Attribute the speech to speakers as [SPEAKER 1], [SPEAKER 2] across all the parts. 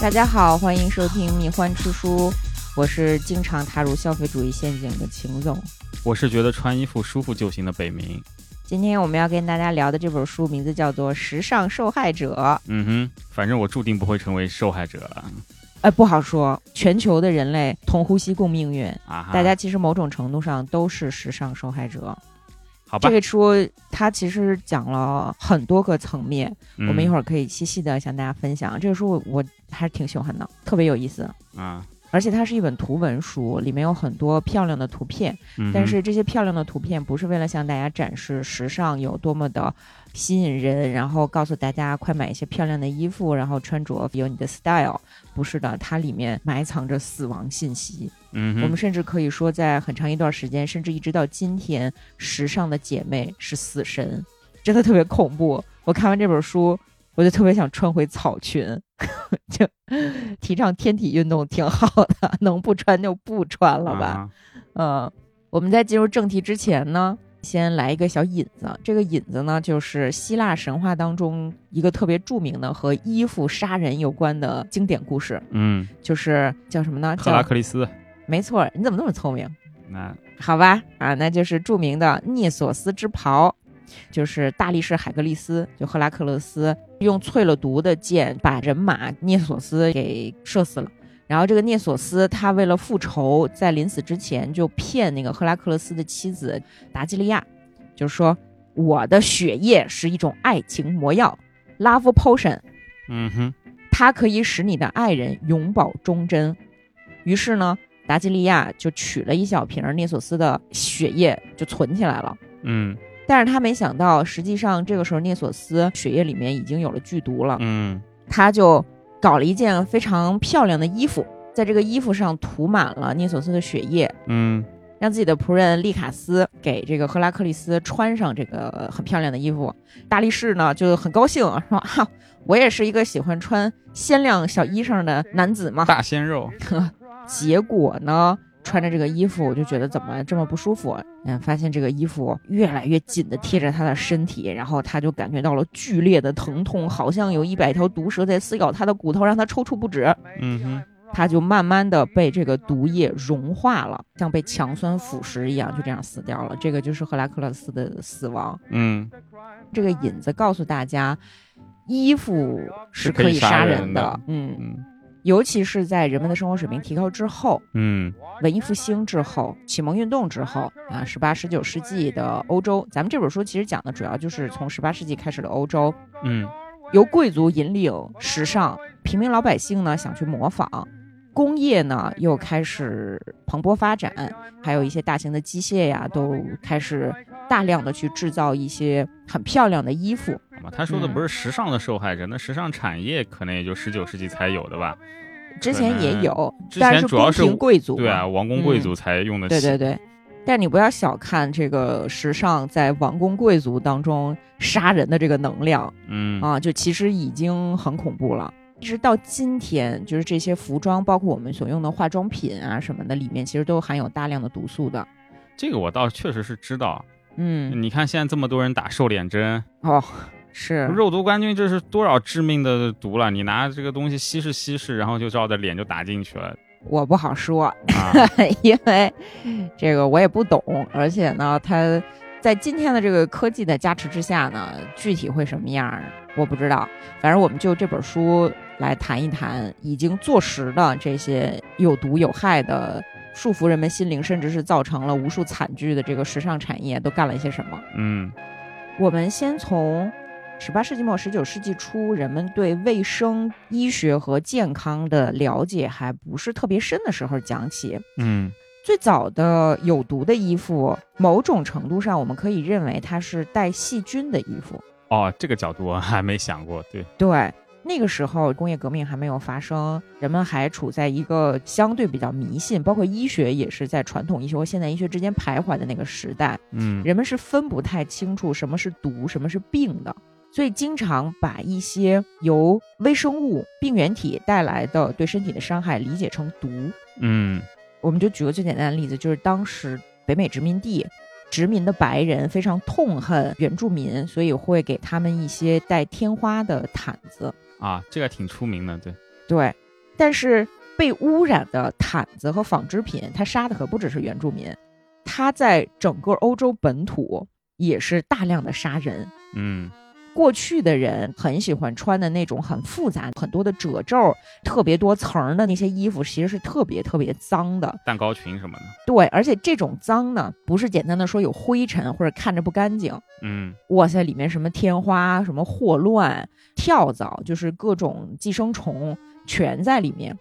[SPEAKER 1] 大家好，欢迎收听《蜜獾吃书》，我是经常踏入消费主义陷阱的秦总。
[SPEAKER 2] 我是觉得穿衣服舒服就行的北冥。
[SPEAKER 1] 今天我们要跟大家聊的这本书名字叫做《时尚受害者》，
[SPEAKER 2] 嗯哼，反正我注定不会成为受害者
[SPEAKER 1] 哎，不好说，全球的人类同呼吸共命运，
[SPEAKER 2] 啊哈！
[SPEAKER 1] 大家其实某种程度上都是时尚受害者。
[SPEAKER 2] 好吧
[SPEAKER 1] 这，个书它其实讲了很多个层面，
[SPEAKER 3] 嗯
[SPEAKER 1] 我们一会
[SPEAKER 2] 儿
[SPEAKER 1] 儿可以细细的向大家分享。这个书我还是挺喜欢的，特别有意思。
[SPEAKER 2] 啊，
[SPEAKER 1] 而且它是一本图文书，里面有很多漂亮的图片，
[SPEAKER 2] 嗯哼
[SPEAKER 1] 但是这些漂亮的图片不是为了向大家展示时尚有多么的吸引人，然后告诉大家快买一些漂亮的衣服，然后穿着有你的 style。不是的，它里面埋藏着死亡信息。
[SPEAKER 2] 嗯哼，
[SPEAKER 1] 我们甚至可以说，在很长一段时间，甚至一直到今天，时尚的姐妹是死神，真的特别恐怖。我看完这本书，我就特别想穿回草裙， 就提倡天体运动挺好的，能不穿就不穿了吧。
[SPEAKER 2] 啊
[SPEAKER 1] 嗯，我们在进入正题之前呢，先来一个小引子。这个引子呢，就是希腊神话当中一个特别著名的和衣服杀人有关的经典故事，
[SPEAKER 2] 嗯，
[SPEAKER 1] 就是叫什么呢？
[SPEAKER 2] 赫拉
[SPEAKER 1] 叫
[SPEAKER 2] 克利斯，
[SPEAKER 1] 没错，你怎么那么聪明？
[SPEAKER 2] 那
[SPEAKER 1] 好吧，啊，那就是著名的涅索斯之袍，就是大力士海格力斯，就赫拉克勒斯用淬了毒的箭把人马涅索斯给射死了。然后这个涅索斯他为了复仇，在临死之前就骗那个赫拉克勒斯的妻子达基利亚，就说我的血液是一种爱情魔药 （love potion），
[SPEAKER 2] 嗯哼，
[SPEAKER 1] 它可以使你的爱人永葆忠贞。于是呢，达基利亚就取了一小瓶儿涅索斯的血液，就存起来了。
[SPEAKER 2] 嗯
[SPEAKER 1] 但是他没想到，实际上这个时候涅索斯血液里面已经有了剧毒了。
[SPEAKER 2] 嗯
[SPEAKER 1] 他就搞了一件非常漂亮的衣服，在这个衣服上涂满了涅索斯的血液，
[SPEAKER 2] 嗯
[SPEAKER 1] 让自己的仆人利卡斯给这个赫拉克利斯穿上这个很漂亮的衣服。大力士呢就很高兴，说啊，我也是一个喜欢穿鲜亮小衣裳的男子嘛。
[SPEAKER 2] 大鲜肉，
[SPEAKER 1] 结果呢，穿着这个衣服，我就觉得怎么这么不舒服？嗯，发现这个衣服越来越紧的贴着他的身体，然后他就感觉到了剧烈的疼痛，好像有一百条毒蛇在撕咬他的骨头，让他抽搐不止。
[SPEAKER 2] 嗯哼，
[SPEAKER 1] 他就慢慢的被这个毒液融化了，像被强酸腐蚀一样，就这样死掉了。这个就是赫拉克勒斯的死亡。
[SPEAKER 2] 嗯，
[SPEAKER 1] 这个引子告诉大家，衣服是
[SPEAKER 2] 是可
[SPEAKER 1] 可
[SPEAKER 2] 以
[SPEAKER 1] 以
[SPEAKER 2] 杀
[SPEAKER 1] 杀
[SPEAKER 2] 人
[SPEAKER 1] 人
[SPEAKER 2] 的
[SPEAKER 1] 的嗯，
[SPEAKER 2] 嗯
[SPEAKER 1] 尤其是在人们的生活水平提高之后，
[SPEAKER 2] 嗯
[SPEAKER 1] 文艺复兴之后、启蒙运动之后啊，十八、十九世纪的欧洲，咱们这本书其实讲的主要就是从十八世纪开始的欧洲，
[SPEAKER 2] 嗯
[SPEAKER 1] 由贵族引领时尚，平民老百姓呢想去模仿，工业呢又开始蓬勃发展，还有一些大型的机械呀，都开始大量的去制造一些很漂亮的衣服。
[SPEAKER 2] 好吧，他说的
[SPEAKER 1] 嗯
[SPEAKER 2] 不是时尚的受害者，那时尚产业可能也就十九世纪才有的吧？
[SPEAKER 1] 之前也有，
[SPEAKER 2] 之
[SPEAKER 1] 但
[SPEAKER 2] 前
[SPEAKER 1] 是
[SPEAKER 2] 主要
[SPEAKER 1] 宫
[SPEAKER 2] 是
[SPEAKER 1] 廷贵族嘛嗯
[SPEAKER 2] 对啊，王公贵族才用的，
[SPEAKER 1] 对对，对，但你不要小看这个时尚在王公贵族当中杀人的这个能量
[SPEAKER 2] 嗯
[SPEAKER 1] 啊，就其实已经很恐怖了。一直到今天，就是这些服装，包括我们所用的化妆品啊什么的，里面其实都含有大量的毒素的。
[SPEAKER 2] 这个我倒确实是知道。
[SPEAKER 1] 嗯，
[SPEAKER 2] 你看现在这么多人打瘦脸针，
[SPEAKER 1] 哦，是，
[SPEAKER 2] 肉毒杆菌这是多少致命的毒了？你拿这个东西稀释稀释，然后就照着脸就打进去 了
[SPEAKER 1] 我不好说，
[SPEAKER 2] 啊！
[SPEAKER 1] 因为这个我也不懂，而且呢，它在今天的这个科技的加持之下呢，具体会什么样儿我不知道。反正我们就这本书来谈一谈已经坐实的这些有毒有害的。束缚人们心灵，甚至是造成了无数惨剧的这个时尚产业都干了一些什么？
[SPEAKER 2] 嗯
[SPEAKER 1] 我们先从十八世纪末、十九世纪初，人们对卫生、医学和健康的了解还不是特别深的时候讲起。
[SPEAKER 2] 嗯
[SPEAKER 1] 最早的有毒的衣服，某种程度上我们可以认为它是带细菌的衣服。
[SPEAKER 2] 哦，这个角度我还没想过。对，
[SPEAKER 1] 对，那个时候工业革命还没有发生，人们还处在一个相对比较迷信，包括医学也是在传统医学和现代医学之间徘徊的那个时代，
[SPEAKER 2] 嗯
[SPEAKER 1] 人们是分不太清楚什么是毒，什么是病的。所以经常把一些由微生物、病原体带来的对身体的伤害理解成毒。
[SPEAKER 2] 嗯
[SPEAKER 1] 我们就举个最简单的例子，就是当时北美殖民地殖民的白人非常痛恨原住民，所以会给他们一些带天花的毯子。
[SPEAKER 2] 啊，这个挺出名的。对，
[SPEAKER 1] 对，但是被污染的毯子和纺织品，它杀的可不只是原住民，它在整个欧洲本土也是大量的杀人。
[SPEAKER 2] 嗯
[SPEAKER 1] 过去的人很喜欢穿的那种很复杂、很多的褶皱、特别多层儿的那些衣服，其实是特别特别脏的。
[SPEAKER 2] 蛋糕裙什么的，
[SPEAKER 1] 对，而且这种脏呢，不是简单的说有灰尘或者看着不干净，
[SPEAKER 2] 嗯
[SPEAKER 1] 哇塞，里面什么天花、什么霍乱、跳蚤，就是各种寄生虫全在里面。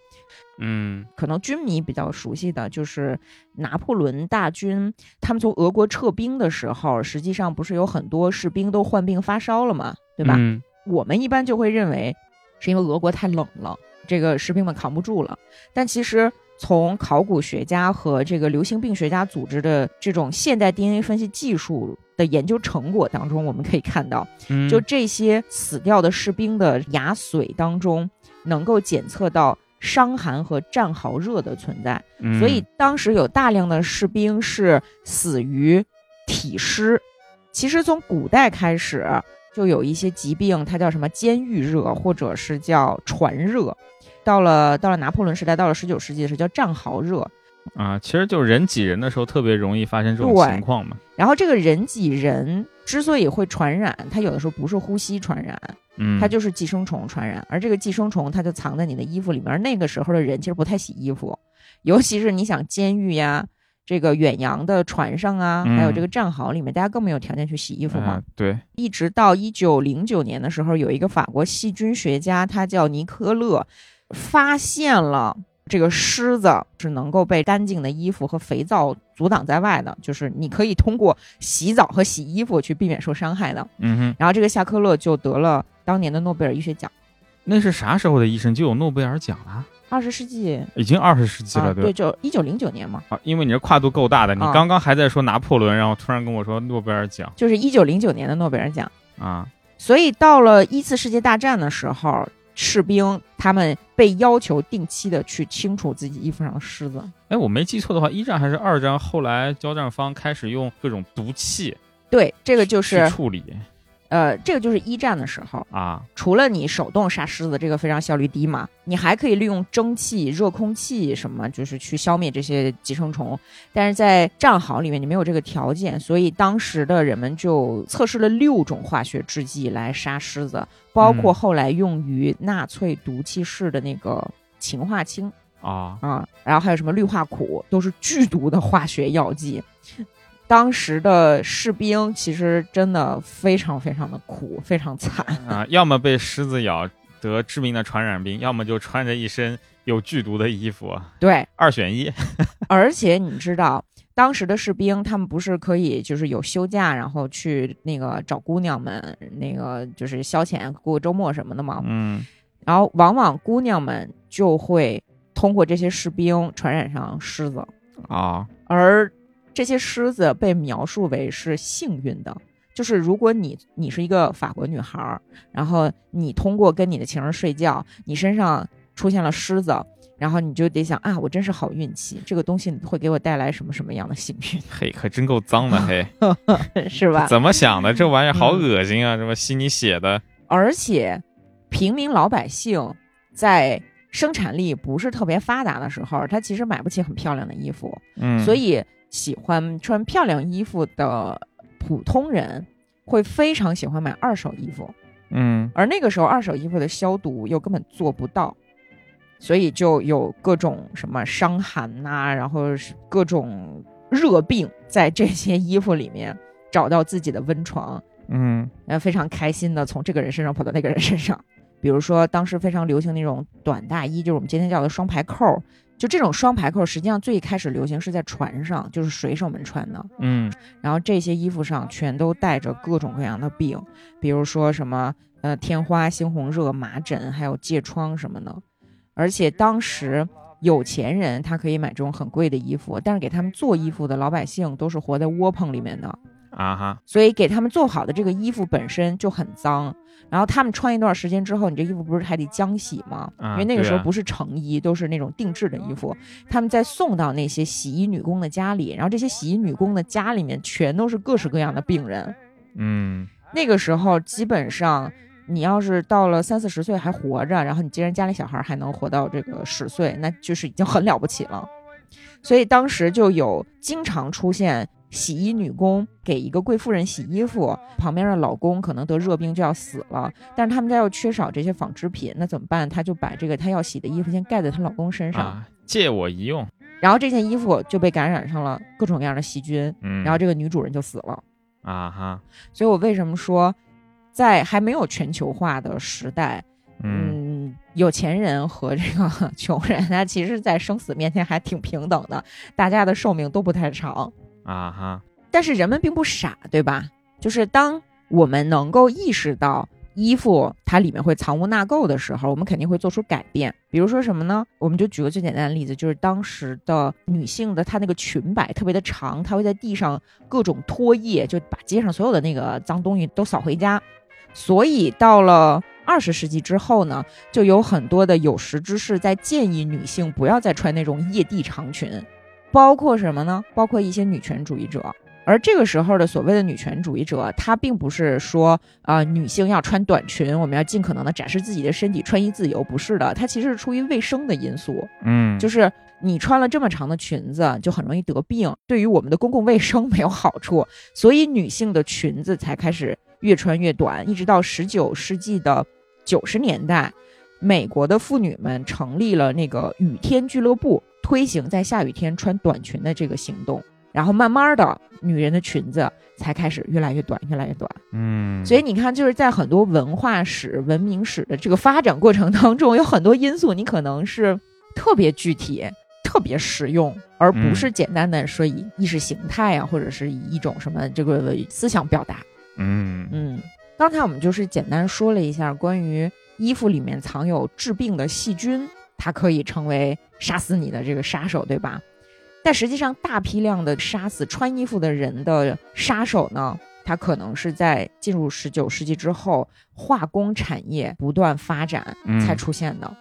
[SPEAKER 2] 嗯
[SPEAKER 1] 可能军迷比较熟悉的就是拿破仑大军，他们从俄国撤兵的时候，实际上不是有很多士兵都患病发烧了嘛，对吧？
[SPEAKER 2] 嗯
[SPEAKER 1] 我们一般就会认为是因为俄国太冷了，这个士兵们扛不住了。但其实从考古学家和这个流行病学家组织的这种现代 DNA 分析技术的研究成果当中，我们可以看到，
[SPEAKER 2] 嗯
[SPEAKER 1] 就这些死掉的士兵的牙髓当中，能够检测到伤寒和战壕热的存在。
[SPEAKER 2] 嗯
[SPEAKER 1] 所
[SPEAKER 3] 嗯
[SPEAKER 1] 以当时有大量的士兵是死于体湿。其实从古代开始，就有一些疾病，它叫什么监狱热，或者是叫船热。到了到了拿破仑时代，到了十九世纪的时候叫战壕热。
[SPEAKER 2] 嗯啊，其实就是人挤人的时候特别容易发生这种
[SPEAKER 1] 对
[SPEAKER 2] 情况嘛，
[SPEAKER 1] 然后这个人挤人之所以会传染，它有的时候不是呼吸传染，
[SPEAKER 2] 嗯，
[SPEAKER 1] 它就是寄生虫传染，而这个寄生虫它就藏在你的衣服里面。那个时候的人其实不太洗衣服，尤其是你想监狱呀、这个远洋的船上啊，还有
[SPEAKER 2] 嗯
[SPEAKER 1] 这个战壕里面，大家更没有条件去洗衣服嘛。
[SPEAKER 2] 啊对，
[SPEAKER 1] 一直到一九零九年的时候，有一个法国细菌学家，他叫尼科勒，发现了。这个虱子是能够被干净的衣服和肥皂阻挡在外的，就是你可以通过洗澡和洗衣服去避免受伤害的。
[SPEAKER 2] 嗯哼，
[SPEAKER 1] 然后这个夏克勒就得了当年的诺贝尔医学奖。
[SPEAKER 2] 那是啥时候的医生就有诺贝尔奖了？
[SPEAKER 1] 二十世纪
[SPEAKER 2] 已经二十世纪
[SPEAKER 1] 啊，
[SPEAKER 2] 了，
[SPEAKER 1] 对，
[SPEAKER 2] 吧？
[SPEAKER 1] 就一九零九年嘛，
[SPEAKER 2] 啊，因为你这跨度够大的，你
[SPEAKER 1] 啊
[SPEAKER 2] 刚刚还在说拿破仑，然后突然跟我说诺贝尔奖
[SPEAKER 1] 就是一九零九年的诺贝尔奖。
[SPEAKER 2] 啊，
[SPEAKER 1] 所以到了一次世界大战的时候，士兵他们被要求定期的去清除自己衣服上的虱子。
[SPEAKER 2] 哎，我没记错的话，一战还是二战，后来交战方开始用各种毒气
[SPEAKER 1] 对，这个就
[SPEAKER 2] 去
[SPEAKER 1] 是
[SPEAKER 2] 处理
[SPEAKER 1] 呃，这个就是一战的时候，
[SPEAKER 2] 啊，
[SPEAKER 1] 除了你手动杀虱子，这个非常效率低嘛，你还可以利用蒸汽、热空气什么，就是去消灭这些寄生虫。但是在战壕里面，你没有这个条件，所以当时的人们就测试了六种化学制剂来杀虱子，包括
[SPEAKER 2] 嗯
[SPEAKER 1] 后来用于纳粹毒气室的那个氰化氢
[SPEAKER 2] 啊，
[SPEAKER 1] 啊，然后还有什么氯化苦，都是剧毒的化学药剂。当时的士兵其实真的非常非常的苦，非常惨。
[SPEAKER 2] 啊，要么被狮子咬得致命的传染病，要么就穿着一身有剧毒的衣服，
[SPEAKER 1] 对，
[SPEAKER 2] 二选一。
[SPEAKER 1] 而且你知道，当时的士兵他们不是可以就是有休假，然后去那个找姑娘们，那个就是消遣过周末什么的嘛。
[SPEAKER 2] 嗯
[SPEAKER 1] 然后往往姑娘们就会通过这些士兵传染上虱子，
[SPEAKER 2] 啊，
[SPEAKER 1] 而这些虱子被描述为是幸运的。就是如果你你是一个法国女孩儿，然后你通过跟你的情人睡觉，你身上出现了虱子，然后你就得想啊，我真是好运气，这个东西会给我带来什么什么样的幸
[SPEAKER 2] 嘿，可真够脏的嘿，
[SPEAKER 1] 运， 是 吧？
[SPEAKER 2] 怎么想的？这玩意儿好
[SPEAKER 1] 嗯
[SPEAKER 2] 恶心啊！什么吸你血的？
[SPEAKER 1] 而且，平民老百姓在生产力不是特别发达的时候，他其实买不起很漂亮的衣服，
[SPEAKER 2] 嗯，
[SPEAKER 1] 所以喜欢穿漂亮衣服的普通人会非常喜欢买二手衣服，
[SPEAKER 2] 嗯
[SPEAKER 1] 而那个时候二手衣服的消毒又根本做不到，所以就有各种什么伤寒呐、然后是各种热病在这些衣服里面找到自己的温床，
[SPEAKER 2] 嗯
[SPEAKER 1] 然后呃非常开心的从这个人身上跑到那个人身上。比如说，当时非常流行那种短大衣，就是我们今天叫的双排扣。就这种双排扣，实际上最开始流行是在船上，就是水手们穿的。
[SPEAKER 2] 嗯
[SPEAKER 1] 然后这些衣服上全都带着各种各样的病，比如说什么呃天花、猩红热、麻疹，还有疥疮什么的。而且当时有钱人他可以买这种很贵的衣服，但是给他们做衣服的老百姓都是活在窝棚里面的，
[SPEAKER 2] 啊哈，
[SPEAKER 1] 所以给他们做好的这个衣服本身就很脏，然后他们穿一段时间之后，你这衣服不是还得浆洗吗？
[SPEAKER 2] 啊
[SPEAKER 1] 因为那个
[SPEAKER 2] 对
[SPEAKER 1] 时候
[SPEAKER 2] 啊
[SPEAKER 1] 不是成衣，都是那种定制的衣服，他们再送到那些洗衣女工的家里，然后这些洗衣女工的家里面全都是各式各样的病人。
[SPEAKER 2] 嗯
[SPEAKER 1] 那个时候基本上你要是到了三四十岁还活着，然后你既然家里小孩还能活到这个十岁，那就是已经很了不起了。所以当时就有经常出现洗衣女工给一个贵妇人洗衣服，旁边的老公可能得热病就要死了，但是他们家又缺少这些纺织品，那怎么办？她就把这个她要洗的衣服先盖在她老公身上，
[SPEAKER 3] 啊，借我一用，
[SPEAKER 1] 然后这件衣服就被感染上了各种各样的细菌，
[SPEAKER 3] 嗯，
[SPEAKER 1] 然后这个女主人就死了。
[SPEAKER 3] 啊哈，
[SPEAKER 1] 所以我为什么说，在还没有全球化的时代，
[SPEAKER 3] 嗯
[SPEAKER 1] 嗯，有钱人和这个 穷人，他其实，在生死面前还挺平等的，大家的寿命都不太长。
[SPEAKER 3] 啊哈，
[SPEAKER 1] 但是人们并不傻，对吧？就是当我们能够意识到衣服它里面会藏污纳垢的时候，我们肯定会做出改变。比如说什么呢？我们就举个最简单的例子，就是当时的女性的她那个裙摆特别的长，她会在地上各种拖曳，就把街上所有的那个脏东西都扫回家。所以到了。二十世纪之后呢，就有很多的有识之士在建议女性不要再穿那种曳地长裙，包括什么呢？包括一些女权主义者，而这个时候的所谓的女权主义者，她并不是说啊、呃女性要穿短裙，我们要尽可能的展示自己的身体，穿衣自由，不是的，它其实是出于卫生的因素，
[SPEAKER 3] 嗯，
[SPEAKER 1] 就是是你穿了这么长的裙子，就很容易得病，对于我们的公共卫生没有好处， 所以女性的裙子才开始越穿越短，一直到十九世纪的九十年代，美国的妇女们成立了那个雨天俱乐部，推行在下雨天穿短裙的这个行动。然后慢慢的，女人的裙子才开始越来越短，越来越短。
[SPEAKER 3] 嗯，
[SPEAKER 1] 所以你看，就是在很多文化史、文明史的这个发展过程当中，有很多因素，你可能是特别具体、特别实用，而不是简单的说以意识形态啊，或者是以一种什么这个思想表达。
[SPEAKER 3] 嗯
[SPEAKER 1] 嗯，刚才我们就是简单说了一下关于衣服里面藏有致病的细菌，它可以成为杀死你的这个杀手，对吧？但实际上，大批量的杀死穿衣服的人的杀手呢，它可能是在进入十九世纪之后，化工产业不断发展
[SPEAKER 3] 嗯
[SPEAKER 1] 才出现的。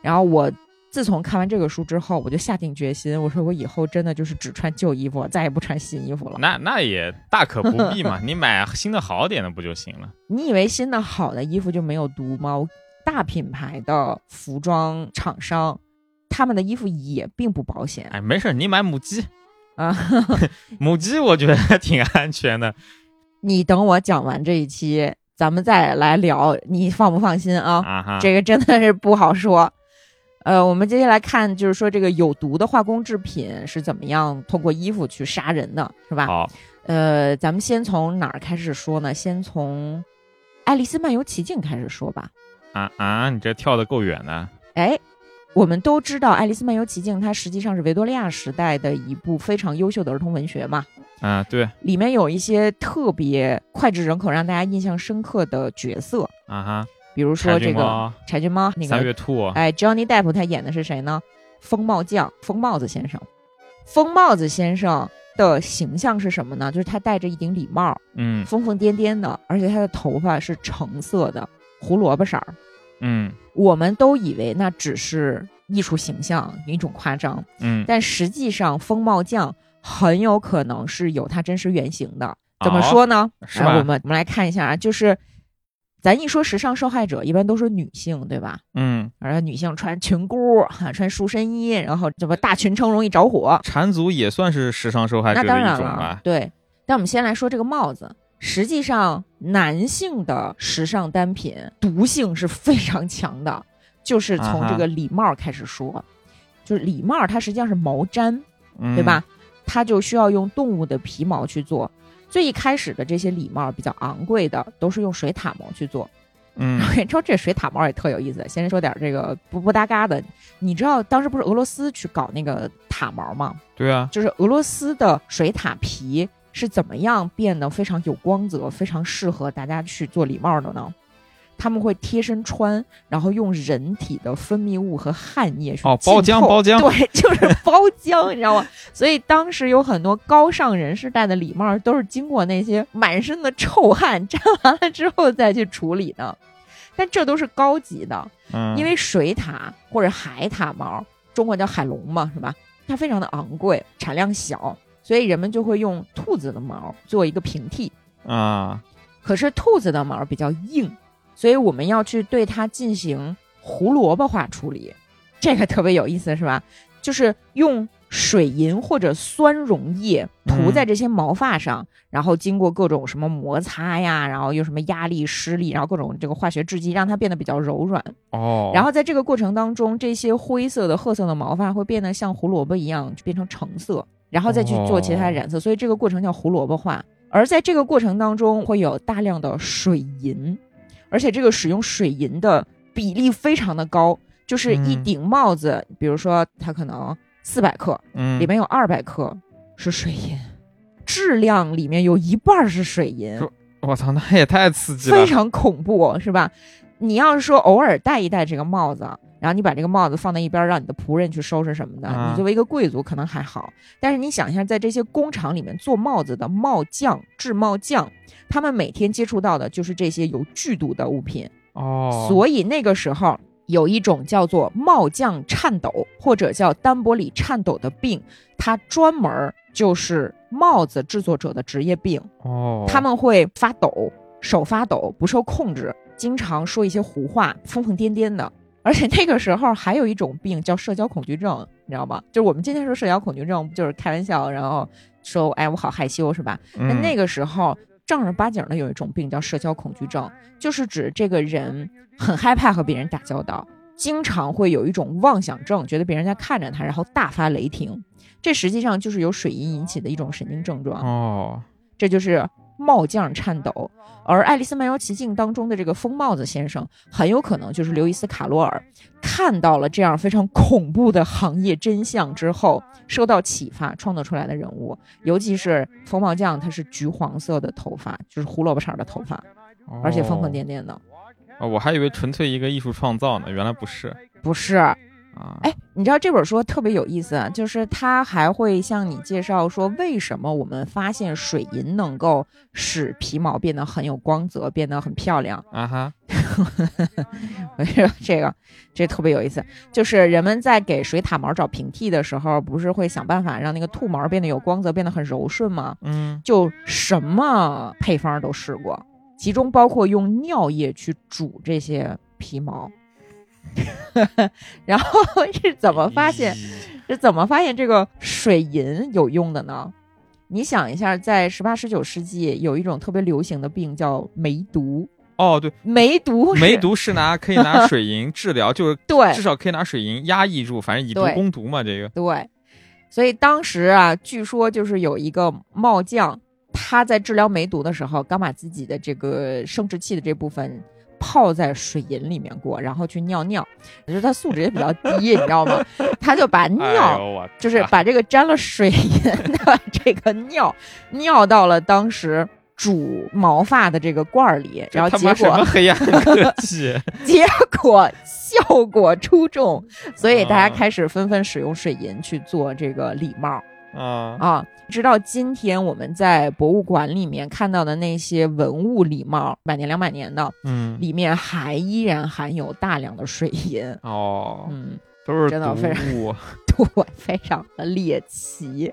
[SPEAKER 1] 然后我自从看完这个书之后，我就下定决心，我说我以后真的就是只穿旧衣服，我再也不穿新衣服了。
[SPEAKER 3] 那那也大可不 必嘛，你买新的好点的不就行了？
[SPEAKER 1] 你以为新的好的衣服就没有毒吗？大品牌的服装厂商，他们的衣服也并不保险
[SPEAKER 3] 哎，没事儿，你买母鸡，
[SPEAKER 1] 啊。
[SPEAKER 3] 母鸡我觉得挺安全 的。
[SPEAKER 1] 你等我讲完这一期，咱们再来聊，你放不放心啊？
[SPEAKER 3] 啊哈，
[SPEAKER 1] 这个真的是不好说。呃，我们接下来看，就是说这个有毒的化工制品是怎么样通过衣服去杀人的，是吧？
[SPEAKER 3] 好，
[SPEAKER 1] 呃，咱们先从哪儿开始说呢？先从《爱丽丝漫游奇境》开始说吧。
[SPEAKER 3] 啊啊，你这跳的够远的。
[SPEAKER 1] 哎，我们都知道《爱丽丝漫游奇境》，它实际上是维多利亚时代的一部非常优秀的儿童文学嘛，
[SPEAKER 3] 啊，对，
[SPEAKER 1] 里面有一些特别脍炙人口、让大家印象深刻的角色，
[SPEAKER 3] 啊哈，
[SPEAKER 1] 比如
[SPEAKER 3] 柴
[SPEAKER 1] 说
[SPEAKER 3] 郡
[SPEAKER 1] 这个
[SPEAKER 3] 猫，
[SPEAKER 1] 柴郡猫，那
[SPEAKER 3] 三
[SPEAKER 1] 个
[SPEAKER 3] 月兔，哦
[SPEAKER 1] 哎，Johnny Depp 他演的是谁呢？风帽匠，风帽子先生。风帽子先生的形象是什么呢？就是他戴着一顶礼帽，
[SPEAKER 3] 嗯
[SPEAKER 1] 疯疯癫癫的，而且他的头发是橙色的，胡萝卜色儿。
[SPEAKER 3] 嗯
[SPEAKER 1] 我们都以为那只是艺术形象一种夸张，
[SPEAKER 3] 嗯，
[SPEAKER 1] 但实际上风貌匠很有可能是有它真实原型的。怎么
[SPEAKER 3] 好
[SPEAKER 1] 说呢？
[SPEAKER 3] 啊是
[SPEAKER 1] 来
[SPEAKER 3] 吧
[SPEAKER 1] 我们我们来看一下啊，就是咱一说时尚受害者，一般都说女性，对吧？
[SPEAKER 3] 嗯，
[SPEAKER 1] 然后女性穿裙箍哈，穿束身衣，然后这不大裙撑容易着火，
[SPEAKER 3] 缠足也算是时尚受害
[SPEAKER 1] 那
[SPEAKER 3] 者的
[SPEAKER 1] 当
[SPEAKER 3] 一
[SPEAKER 1] 然
[SPEAKER 3] 种
[SPEAKER 1] 了
[SPEAKER 3] 吧，？
[SPEAKER 1] 对。但我们先来说这个帽子，实际上男性的时尚单品毒性是非常强的，就是从
[SPEAKER 3] 啊
[SPEAKER 1] 这
[SPEAKER 3] 哈
[SPEAKER 1] 个礼帽开始说，就是礼帽它实际上是毛毡，
[SPEAKER 3] 嗯
[SPEAKER 1] 对吧？？它就需要用动物的皮毛去做。最一开始的这些礼帽比较昂贵的，都是用水獭毛去做。
[SPEAKER 3] 嗯
[SPEAKER 1] 然后你知道这水獭毛也特有意思。先说点这个不不搭嘎的，你知道当时不是俄罗斯去搞那个獭毛吗？
[SPEAKER 3] 对啊，
[SPEAKER 1] 就是俄罗斯的水獭皮是怎么样变得非常有光泽，非常适合大家去做礼帽的呢？他们会贴身穿，然后用人体的分泌物和汗液去
[SPEAKER 3] 哦包
[SPEAKER 1] 浸
[SPEAKER 3] 浆
[SPEAKER 1] 透
[SPEAKER 3] 包浆
[SPEAKER 1] 对， 就是包 浆，你知道吗？所以当时有很多高尚人士戴的礼帽都是经过那些满身的臭汗沾完了之后再去处理的，但这都是高级的，
[SPEAKER 3] 嗯，
[SPEAKER 1] 因为水獭或者海獭毛，中国叫海龙嘛，是吧？它非常的昂贵，产量小，所以人们就会用兔子的毛做一个平替。
[SPEAKER 3] 啊
[SPEAKER 1] 可是兔子的毛比较硬，所以我们要去对它进行胡萝卜化处理，这个特别有意思，是吧？就是用水银或者酸溶液涂在这些毛发上，然后经过各种什么摩擦呀，然后又什么压力、施力，然后各种这个化学制剂，让它变得比较柔软。
[SPEAKER 2] 哦，
[SPEAKER 1] 然
[SPEAKER 2] 后
[SPEAKER 1] 后在这个过程当中，这些灰色的、褐色的毛发会变得像胡萝卜一样，就变成橙色，然后再去做其他的染色，所以这个过程叫胡萝卜化。而在这个过程当中，会有大量的水银，而且这个使用水银的比例非常的高，就是一
[SPEAKER 3] 嗯
[SPEAKER 1] 顶帽子，比如说它可能四百克，
[SPEAKER 3] 嗯，
[SPEAKER 1] 里面有二百克是水银，质量里面有一半儿是水银，
[SPEAKER 3] 嗯我操，那也太刺激了
[SPEAKER 1] 非，常恐怖，哦是吧？你要是说偶尔戴一戴这个帽子，然后你把这个帽子放在一边儿，让你的仆人去收拾什么的，
[SPEAKER 3] 啊
[SPEAKER 1] 你作为一个贵族可能还好。但是你想一下，在这些工厂里面做帽子的帽匠、制帽匠，他们每天接触到的就是这些有剧毒的物品，
[SPEAKER 3] 哦，
[SPEAKER 1] 所以那个时候。有一种叫做帽匠颤抖，或者叫丹伯里颤抖的病，它专门儿就是帽子制作者的职业病。
[SPEAKER 3] 哦，
[SPEAKER 1] 他们会发抖，手发抖，不受控制，经常说一些胡话，疯疯癫癫的。而且那个时候还有一种病叫社交恐惧症，你知道吗？就是我们今天说社交恐惧症，就是开玩笑，然后说哎我好害羞是吧？那
[SPEAKER 3] 嗯
[SPEAKER 1] 那个时候正儿八经的有一种病叫社交恐惧症，就是指这个人很害怕和别人打交道，经常会有一种妄想症，觉得别人在看着他，然后大发雷霆。这实际上就是由水银引起的一种神经症状。
[SPEAKER 3] 哦，
[SPEAKER 1] 这就是帽匠颤抖。而《爱丽丝漫游奇境》当中的这个疯帽子先生，很有可能就是刘易斯·卡罗尔看到了这样非常恐怖的行业真相之后，受到启发创作出来的人物。尤其是疯帽匠，他是橘黄色的头发，就是胡萝卜色儿的头发，而且疯疯癫癫的。
[SPEAKER 3] 哦，我还以为纯粹一个艺术创造呢，原来不是
[SPEAKER 1] 不是，
[SPEAKER 3] 啊。
[SPEAKER 1] 哎，你知道这本书特别有意思，啊，就是它还会向你介绍说，为什么我们发现水银能够使皮毛变得很有光泽，变得很漂亮。
[SPEAKER 3] 啊哈，
[SPEAKER 1] 我说这个这特别有意思，就是人们在给水獭毛找平替的时候，不是会想办法让那个兔毛变得有光泽，变得很柔顺吗？
[SPEAKER 3] 嗯，
[SPEAKER 1] 就什么配方都试过，其中包括用尿液去煮这些皮毛。 然后是怎么发
[SPEAKER 3] 哎
[SPEAKER 1] 现？是怎么发现这个水银有用的呢？你想一下，在十八、十九世纪有一种特别流行的病叫梅毒，
[SPEAKER 3] 哦，对，
[SPEAKER 1] 梅毒是
[SPEAKER 3] 梅毒是拿可以 拿水银治疗，就是
[SPEAKER 1] 对
[SPEAKER 3] 至少可以拿水银压抑住，反正以毒
[SPEAKER 1] 对
[SPEAKER 3] 攻毒嘛，这个
[SPEAKER 1] 对，所以当时啊，据说就是有一个帽匠，他在治疗梅毒的时候，刚把自己的这个生殖器的这部分泡在水银里面过，然后去尿尿，就是他素质也比较低， 你知道吗？他就把
[SPEAKER 2] 哎
[SPEAKER 1] 尿
[SPEAKER 2] 呦我
[SPEAKER 1] 就是
[SPEAKER 2] 啊
[SPEAKER 1] 把这个沾了水银的这个尿尿到了当时煮毛发的这个罐儿里，然后
[SPEAKER 3] 这他
[SPEAKER 1] 结
[SPEAKER 3] 妈什么
[SPEAKER 1] 果
[SPEAKER 3] 黑暗科 技？
[SPEAKER 1] 结果效果出众，所以大家
[SPEAKER 3] 啊
[SPEAKER 1] 开始纷纷使用水银去做这个礼帽
[SPEAKER 3] 啊
[SPEAKER 1] 啊。直到今天我们在博物馆里面看到的那些文物礼帽，百年两百年的，
[SPEAKER 3] 嗯
[SPEAKER 1] 里面还依然含有大量的水银。
[SPEAKER 3] 哦，
[SPEAKER 1] 嗯，
[SPEAKER 3] 都是
[SPEAKER 1] 真的
[SPEAKER 3] 毒
[SPEAKER 1] 非
[SPEAKER 3] 物，
[SPEAKER 1] 对，非常的猎奇。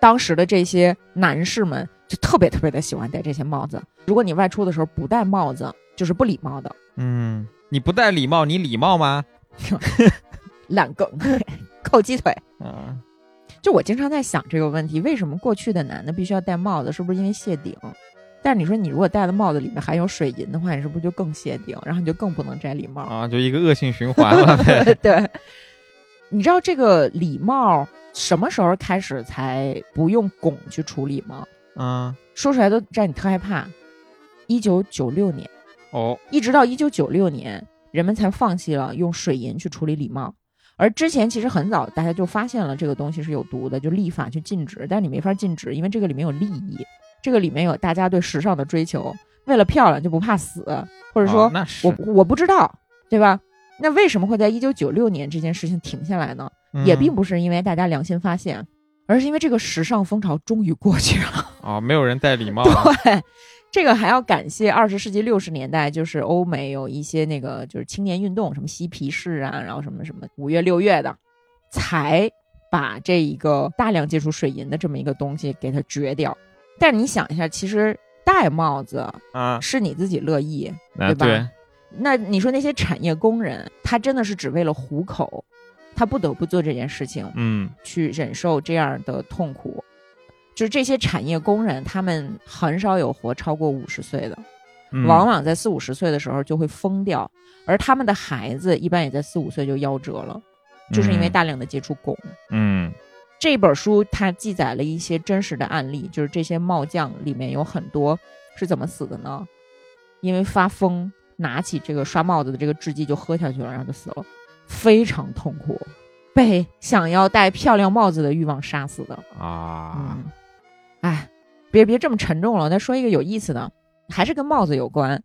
[SPEAKER 1] 当时的这些男士们就特别特别的喜欢戴这些帽子。如果你外出的时候不戴帽子，就是不礼貌的，
[SPEAKER 3] 嗯，你不戴礼帽，你礼貌吗？
[SPEAKER 1] 烂梗， 扣鸡腿。
[SPEAKER 3] 啊，
[SPEAKER 1] 就我经常在想这个问题，为什么过去的男的必须要戴帽子？是不是因为谢顶？但是你说你如果戴了帽子里面含有水银的话，你是不是就更谢顶？然后你就更不能摘礼帽？
[SPEAKER 3] 啊，就一个恶性循环了呗。
[SPEAKER 1] 对，你知道这个礼帽什么时候开始才不用汞去处理吗？
[SPEAKER 3] 嗯，
[SPEAKER 1] 说出来都让你特害怕。一九九六年，
[SPEAKER 3] 哦，
[SPEAKER 1] 一直到一九九六年，人们才放弃了用水银去处理礼帽。而之前其实很早，大家就发现了这个东西是有毒的，就立法去禁止，但是你没法禁止，因为这个里面有利益，这个里面有大家对时尚的追求，为了漂亮就不怕死，或
[SPEAKER 3] 或
[SPEAKER 1] 者说、
[SPEAKER 3] 哦那啊是
[SPEAKER 1] 我我不知道，对吧？那为什么会在一九九六年这件事情停下来呢？也并
[SPEAKER 3] 嗯
[SPEAKER 1] 不是因为大家良心发现，而是因为这个时尚风潮终于过去了。
[SPEAKER 3] 哦，没有人戴礼帽了。
[SPEAKER 1] 对，这个还要感谢二十世纪六十年代，就是欧美有一些那个就是青年运动，什么嬉皮士啊，然后什么什么五月六月的，才把这一个大量接触水银的这么一个东西给它绝掉。但是你想一下，其实。戴帽子
[SPEAKER 3] 啊，
[SPEAKER 1] 是你自己乐意。
[SPEAKER 3] 那
[SPEAKER 1] 对吧那你说那些产业工人，他真的是只为了糊口，他不得不做这件事情，
[SPEAKER 3] 嗯，
[SPEAKER 1] 去忍受这样的痛苦。就是这些产业工人，他们很少有活超过五十岁的，
[SPEAKER 3] 嗯
[SPEAKER 1] 往往在四五十岁的时候就会疯掉，而他们的孩子一般也在四五岁就夭折了，就是因为大量的接触汞。
[SPEAKER 3] 嗯
[SPEAKER 1] 这本书它记载了一些真实的案例，就是这些帽匠里面有很多是怎么死的呢？因为发疯，拿起这个刷帽子的这个制剂就喝下去了，然后就死了，非常痛苦，被想要戴漂亮帽子的欲望杀死的。
[SPEAKER 3] 啊
[SPEAKER 1] 嗯，哎，别别这么沉重了，再说一个有意思的，还是跟帽子有关。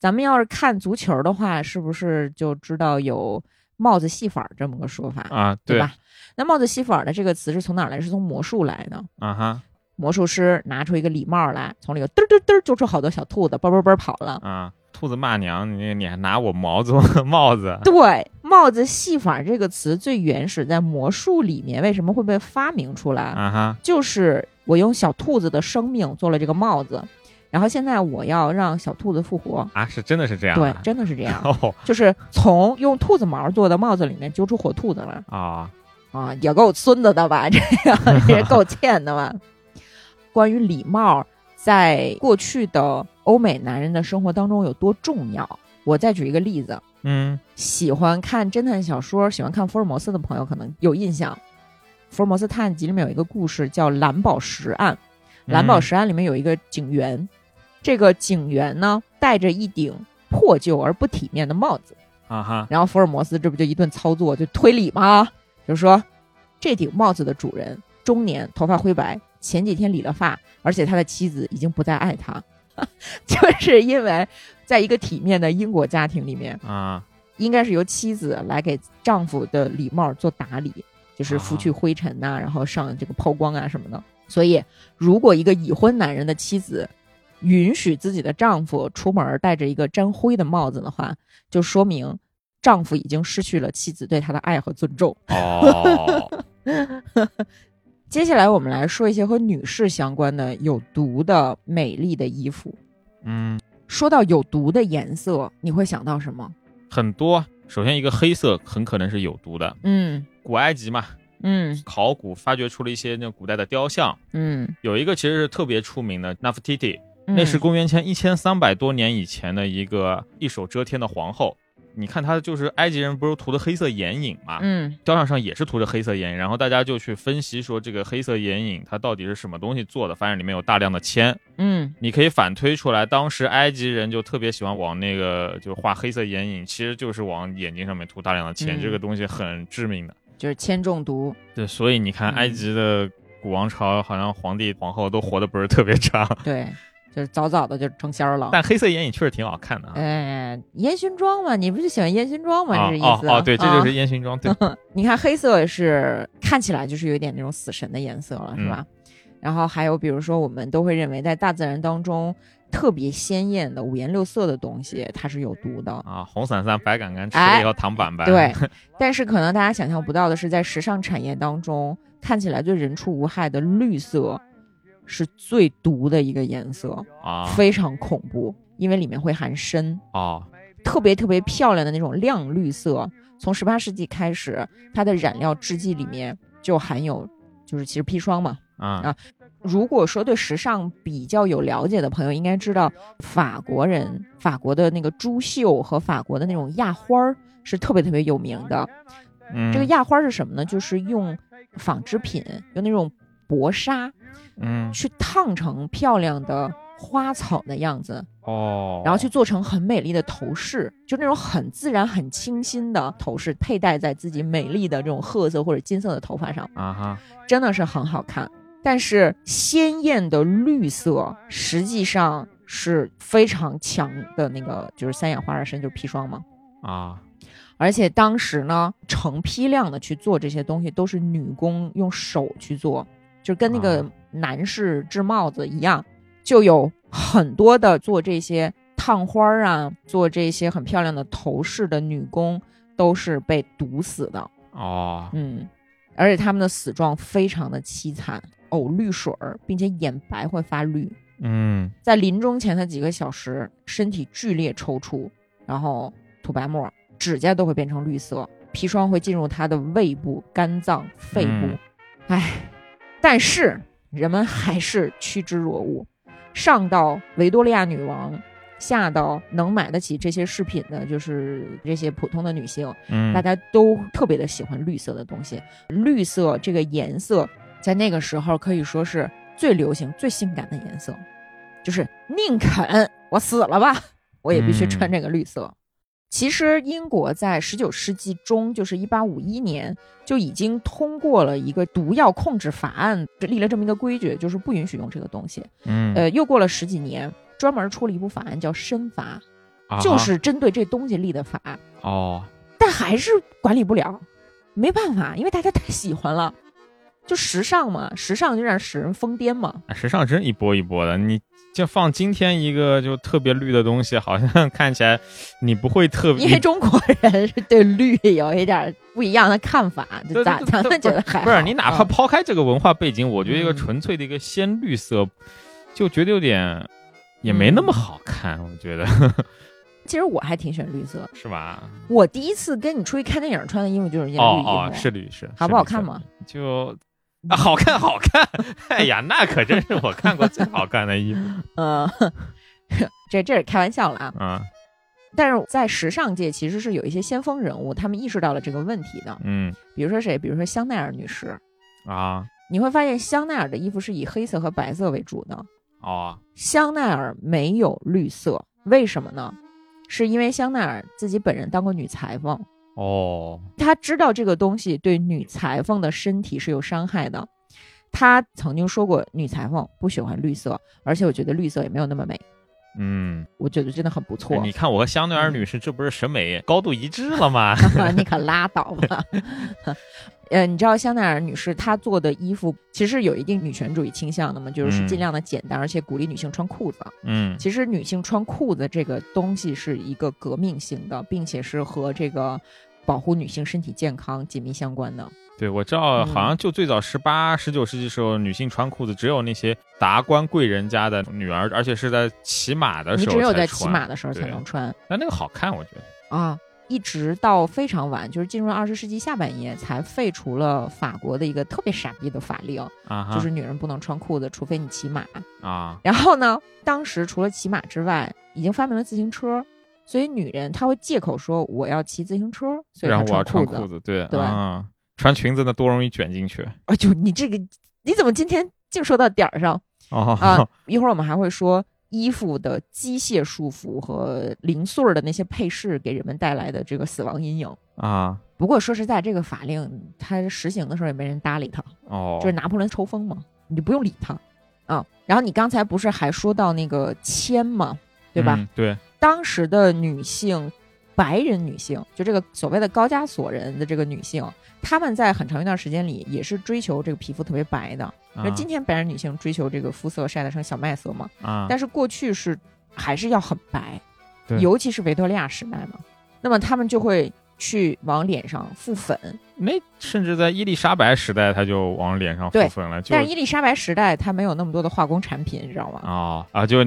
[SPEAKER 1] 咱们要是看足球的话，是不是就知道有帽子戏法这么个说法？
[SPEAKER 3] 啊，
[SPEAKER 1] 对
[SPEAKER 3] 对
[SPEAKER 1] 吧？那帽子戏法呢这个词是从哪儿来？是从魔术来的。
[SPEAKER 3] 啊哈
[SPEAKER 1] 魔术师拿出一个礼帽来，从里头嘚儿嘚儿嘚儿揪出好多小兔子，嘣嘣嘣跑了。
[SPEAKER 3] 啊，兔子骂娘，你你还拿我毛做的帽子，
[SPEAKER 1] 对，帽子戏法这个词最原始在魔术里面为什么会被发明出来？
[SPEAKER 3] 啊哈，
[SPEAKER 1] 就是我用小兔子的生命做了这个帽子，然后现在我要让小兔子复活。
[SPEAKER 3] 啊，是真的是这样
[SPEAKER 1] 对
[SPEAKER 3] 啊，，
[SPEAKER 1] 真的是这样，
[SPEAKER 3] 哦
[SPEAKER 1] 就是从用兔子毛做的帽子里面揪出活兔子来。
[SPEAKER 3] 啊，
[SPEAKER 1] 啊，也够孙子的吧？ 这个也够欠的吧？关于礼貌，在过去的欧美男人的生活当中有多重要？我再举一个例子，
[SPEAKER 3] 嗯
[SPEAKER 1] 喜欢看侦探小说、喜欢看福尔摩斯的朋友可能有印象，《福尔摩斯探案集》里面有一个故事叫《蓝宝石案》，《蓝
[SPEAKER 3] 嗯
[SPEAKER 1] 宝石案》里面有一个警员，这个警员呢戴着一顶破旧而不体面的帽子。
[SPEAKER 3] 啊哈，
[SPEAKER 1] 然后福尔摩斯这不就一顿操作，就推理嘛，就说这顶帽子的主人中年，头发灰白，前几天理了发，而且他的妻子已经不再爱他， 就是因为在一个体面的英国家庭里面，
[SPEAKER 3] 啊
[SPEAKER 1] 应该是由妻子来给丈夫的礼帽做打理，就是拂
[SPEAKER 3] 啊
[SPEAKER 1] 去灰尘呐、然后上这个抛光啊什么的。所以，如果一个已婚男人的妻子允许自己的丈夫出门戴着一个沾灰的帽子的话，就说明丈夫已经失去了妻子对他的爱和尊重。
[SPEAKER 3] 哦
[SPEAKER 1] 接下来，我们来说一些和女士相关的有毒的美丽的衣服。
[SPEAKER 3] 嗯，
[SPEAKER 1] 说到有毒的颜色，你会想到什么？
[SPEAKER 3] 很多。首先，一个黑色很可能是有毒的。
[SPEAKER 1] 嗯
[SPEAKER 3] 古埃及嘛，
[SPEAKER 1] 嗯
[SPEAKER 3] 考古发掘出了一些那古代的雕像，
[SPEAKER 1] 嗯，
[SPEAKER 3] 有一个其实是特别出名的纳夫提提，那是公元前一千三百多年以前的一个一手遮天的皇后。你看她就是埃及人，不是涂的黑色眼影嘛？
[SPEAKER 1] 嗯
[SPEAKER 3] 雕像上也是涂着黑色眼影，然后大家就去分析说这个黑色眼影它到底是什么东西做的，发现里面有大量的铅。
[SPEAKER 1] 嗯
[SPEAKER 3] 你可以反推出来，当时埃及人就特别喜欢往那个就画黑色眼影，其实就是往眼睛上面涂大量的
[SPEAKER 1] 嗯
[SPEAKER 3] 铅，这个东西很致命的。
[SPEAKER 1] 就是铅中毒。
[SPEAKER 3] 对，所以你看
[SPEAKER 1] 嗯
[SPEAKER 3] 埃及的古王朝，好像皇帝、皇后都活得不是特别长，
[SPEAKER 1] 对，就是早早的就成仙儿了。
[SPEAKER 3] 但黑色眼影确实挺好看的啊。
[SPEAKER 1] 哎，烟熏妆嘛，你不就喜欢烟熏妆吗？
[SPEAKER 3] 啊
[SPEAKER 1] 这是意
[SPEAKER 3] 哦
[SPEAKER 1] 思
[SPEAKER 3] 哦，对，这就
[SPEAKER 1] 啊
[SPEAKER 3] 是烟熏妆， 对，
[SPEAKER 1] 你看黑色是看起来就是有点那种死神的颜色了，是吧？
[SPEAKER 3] 嗯
[SPEAKER 1] 然后还有比如说，我们都会认为在大自然当中特别鲜艳的五颜六色的东西，它是有毒的。
[SPEAKER 3] 啊，红伞伞、白杆杆吃
[SPEAKER 1] 哎
[SPEAKER 3] 了以后躺板板，
[SPEAKER 1] 对，但是可能大家想象不到的是，在时尚产业当中，看起来对人畜无害的绿色是最毒的一个颜色，
[SPEAKER 3] 啊，
[SPEAKER 1] 非常恐怖，因为里面会含砷。
[SPEAKER 3] 哦，
[SPEAKER 1] 特别特别漂亮的那种亮绿色，从十八世纪开始，它的染料制剂里面就含有，就是其实砒霜嘛。
[SPEAKER 3] 啊
[SPEAKER 1] 啊如果说对时尚比较有了解的朋友，应该知道法国人法国的那个珠绣和法国的那种亚花儿是特别特别有名的。
[SPEAKER 3] 嗯，
[SPEAKER 1] 这个亚花儿是什么呢？就是用纺织品，用那种薄纱
[SPEAKER 3] 嗯
[SPEAKER 1] 去烫成漂亮的花草的样子，
[SPEAKER 3] 哦，
[SPEAKER 1] 然后去做成很美丽的头饰，就那种很自然、很清新的头饰，佩戴在自己美丽的这种褐色或者金色的头发上，
[SPEAKER 3] 啊哈，
[SPEAKER 1] 真的是很好看。但是鲜艳的绿色实际上是非常强的那个，就是三氧化二砷，就是砒霜嘛。
[SPEAKER 3] 啊，
[SPEAKER 1] 而且当时呢，成批量的去做这些东西，都是女工用手去做，就跟那个
[SPEAKER 3] 啊
[SPEAKER 1] 男士制帽子一样，就有很多的做这些烫花儿啊，做这些很漂亮的头饰的女工都是被毒死的，
[SPEAKER 3] 哦，
[SPEAKER 1] 嗯，而且他们的死状非常的凄惨，呕绿水儿，并且眼白会发绿，
[SPEAKER 3] 嗯，
[SPEAKER 1] 在临终前的几个小时，身体剧烈抽搐，然后吐白沫，指甲都会变成绿色，砒霜会进入他的胃部、肝脏、肺部
[SPEAKER 3] 嗯。
[SPEAKER 1] 唉，但是人们还是趋之若鹜，上到维多利亚女王，下到能买得起这些饰品的，就是这些普通的女性，
[SPEAKER 3] 嗯
[SPEAKER 1] 大家都特别的喜欢绿色的东西。绿色这个颜色在那个时候可以说是最流行、最性感的颜色，就是宁肯我死了吧，我也必
[SPEAKER 3] 嗯
[SPEAKER 1] 须穿这个绿色。其实，英国在十九世纪中，就是一八五一年，就已经通过了一个毒药控制法案，立了这么一个规矩，就是不允许用这个东西。
[SPEAKER 3] 嗯
[SPEAKER 1] 呃，又过了十几年，专门出了一部法案叫《身法》，
[SPEAKER 3] 啊
[SPEAKER 1] 就是针对这东西立的法。
[SPEAKER 3] 啊哈哦，
[SPEAKER 1] 但还是管理不了，没办法，因为大家太喜欢了，就时尚嘛，时尚就让使人疯癫嘛。
[SPEAKER 3] 哎时尚真一波一波的，你就放今天一个就特别绿的东西，好像 看起来你不会特别
[SPEAKER 1] 因为中国人是对绿有一点不一样的看法，就
[SPEAKER 3] 对
[SPEAKER 1] 咱
[SPEAKER 3] 对对
[SPEAKER 1] 咱们觉得还好
[SPEAKER 3] 不是你哪怕
[SPEAKER 1] 嗯
[SPEAKER 3] 抛开这个文化背景，我觉得一个
[SPEAKER 1] 嗯
[SPEAKER 3] 纯粹的一个鲜绿色，就觉得有点也没那么好看，我觉 得
[SPEAKER 1] 其实我还挺喜欢绿色。
[SPEAKER 3] 是吧？
[SPEAKER 1] 我第一次跟你出去看电影穿的衣服就是一件绿衣服，
[SPEAKER 3] 哦哦，是绿是，
[SPEAKER 1] 好不
[SPEAKER 3] 是
[SPEAKER 1] 好
[SPEAKER 3] 绿
[SPEAKER 1] 看
[SPEAKER 3] 色
[SPEAKER 1] 吗？
[SPEAKER 3] 就 啊，好看好 看，哎呀，那可真是我看过最好看的衣服
[SPEAKER 1] 呃，这这是开玩笑了啊。
[SPEAKER 3] 啊，
[SPEAKER 1] 但是在时尚界其实是有一些先锋人物，他们意识到了这个问题的，
[SPEAKER 3] 嗯
[SPEAKER 1] 比如说谁，比如说香奈儿女士，
[SPEAKER 3] 啊
[SPEAKER 1] 你会发现香奈儿的衣服是以黑色和白色为主的，
[SPEAKER 3] 哦，
[SPEAKER 1] 香奈儿没有绿色，为什么呢？是因为香奈儿自己本人当过女裁缝，
[SPEAKER 3] 哦，
[SPEAKER 1] 她知道这个东西对女裁缝的身体是有伤害的。她曾经说过，女裁缝不喜欢绿色，而且我觉得绿色也没有那么美，
[SPEAKER 3] 嗯，
[SPEAKER 1] 我觉得真的很不错。
[SPEAKER 3] 哎你看我和香奈儿女士，这不是审美高度一致了吗？
[SPEAKER 1] 你可拉倒吧。 呃，你知道香奈儿女士她做的衣服其实有一定女权主义倾向的嘛，就是
[SPEAKER 3] 嗯
[SPEAKER 1] 尽量的简单，而且鼓励女性穿裤子。
[SPEAKER 3] 嗯
[SPEAKER 1] 其实女性穿裤子这个东西是一个革命性的，并且是和这个保护女性身体健康紧密相关的。
[SPEAKER 3] 对，我知道，
[SPEAKER 1] 嗯
[SPEAKER 3] 好像就最早十八、十九世纪时候，女性穿裤子只有那些达官贵人家的女儿，而且是在骑马的
[SPEAKER 1] 你
[SPEAKER 3] 时候
[SPEAKER 1] 只有
[SPEAKER 3] 才
[SPEAKER 1] 在骑
[SPEAKER 3] 穿
[SPEAKER 1] 马，的时候才
[SPEAKER 3] 对
[SPEAKER 1] 能穿
[SPEAKER 3] 但那个好看，我觉得。
[SPEAKER 1] 啊。一直到非常晚，就是进入了二十世纪下半叶，才废除了法国的一个特别傻逼的法令，
[SPEAKER 3] 啊哈，
[SPEAKER 1] 就是女人不能穿裤子，除非你骑马。
[SPEAKER 3] 啊，
[SPEAKER 1] 然后呢，当时除了骑马之外，已经发明了自行车，所以女人她会借口说我要骑自行车，所以
[SPEAKER 3] 然
[SPEAKER 1] 她
[SPEAKER 3] 后我要穿
[SPEAKER 1] 裤
[SPEAKER 3] 裤子，对
[SPEAKER 1] 对吧
[SPEAKER 3] 啊，穿裙子那多容易卷进去
[SPEAKER 1] 哎呦，你这个你怎么今天净说到点儿 上？
[SPEAKER 3] 哦
[SPEAKER 1] 啊，一会儿我们还会说衣服的机械束缚和零碎儿的那些配饰给人们带来的这个死亡阴影。
[SPEAKER 3] 啊
[SPEAKER 1] 不过说实在，这个法令它实行的时候也没人搭理他，
[SPEAKER 3] 哦，
[SPEAKER 1] 就是拿破仑抽风嘛，你就不用理他啊。然后你刚才不是还说到那个铅嘛，对吧？
[SPEAKER 3] 嗯？对，
[SPEAKER 1] 当时的女性，白人女性，就这个所谓的高加索人的这个女性，她们在很长一段时间里也是追求这个皮肤特别白的。那、
[SPEAKER 3] 啊
[SPEAKER 1] 今天白人女性追求这个肤色晒得成小麦色嘛，
[SPEAKER 3] 啊，
[SPEAKER 1] 但是过去是还是要很白，
[SPEAKER 3] 对
[SPEAKER 1] 尤其是维多利亚时代嘛，那么她们就会去往脸上敷粉。
[SPEAKER 3] 那甚至在伊丽莎白时代，她就往脸上
[SPEAKER 1] 对
[SPEAKER 3] 敷粉了，就
[SPEAKER 1] 但是伊丽莎白时代她没有那么多的化工产品，你知道吗？
[SPEAKER 3] 啊啊，就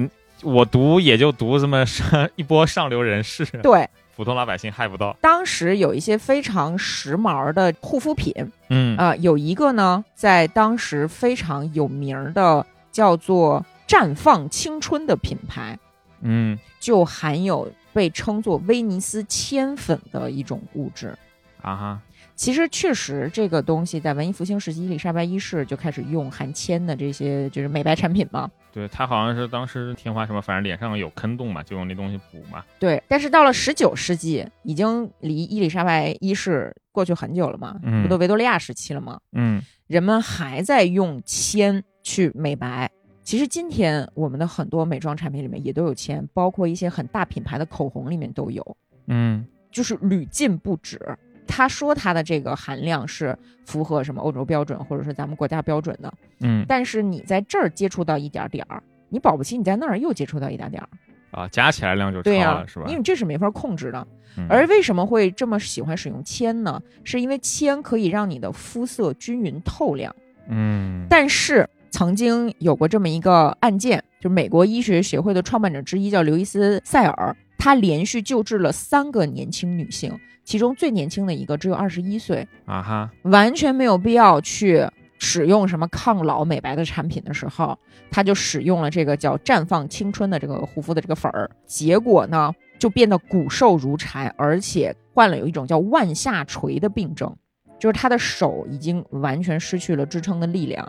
[SPEAKER 3] 我读也就读这么上一波上流人士，
[SPEAKER 1] 对，
[SPEAKER 3] 普通老百姓害不到。
[SPEAKER 1] 当时有一些非常时髦的护肤品，
[SPEAKER 3] 嗯
[SPEAKER 1] 啊，有一个呢，在当时非常有名儿的叫做“绽放青春”的品牌，
[SPEAKER 3] 嗯
[SPEAKER 1] 就含有被称作威尼斯铅粉的一种物质。
[SPEAKER 3] 啊哈，
[SPEAKER 1] 其实确实，这个东西在文艺复兴时期，伊丽莎白一世就开始用含铅的这些就是美白产品嘛。
[SPEAKER 3] 对他好像是当时天花什么，反正脸上有坑洞嘛，就用那东西补嘛。
[SPEAKER 1] 对，但是到了十九世纪，已经离伊丽莎白一世过去很久了嘛，
[SPEAKER 3] 嗯
[SPEAKER 1] 不都维多利亚时期了吗？
[SPEAKER 3] 嗯
[SPEAKER 1] 人们还在用铅去美白。其实今天我们的很多美妆产品里面也都有铅，包括一些很大品牌的口红里面都有，
[SPEAKER 3] 嗯
[SPEAKER 1] 就是屡禁不止。他说他的这个含量是符合什么欧洲标准或者是咱们国家标准的，
[SPEAKER 3] 嗯
[SPEAKER 1] 但是你在这儿接触到一点点儿，你保不齐你在那儿又接触到一点点儿，
[SPEAKER 3] 啊，加起来量就超
[SPEAKER 1] 对呀、
[SPEAKER 3] 了，是吧
[SPEAKER 1] 因？为你这是没法控制的。
[SPEAKER 3] 嗯
[SPEAKER 1] 而为什么会这么喜欢使用铅呢？是因为铅可以让你的肤色均匀透亮。
[SPEAKER 3] 嗯
[SPEAKER 1] 但是曾经有过这么一个案件，就美国医学协会的创办者之一，叫刘易斯·塞尔。他连续救治了三个年轻女性，其中最年轻的一个只有二十一岁，
[SPEAKER 3] 啊哈，
[SPEAKER 1] 完全没有必要去使用什么抗老美白的产品的时候，他就使用了这个叫“绽放青春”的这个护肤的这个粉儿，结果呢就变得骨瘦如柴，而且患了有一种叫腕下垂的病症，就是他的手已经完全失去了支撑的力量，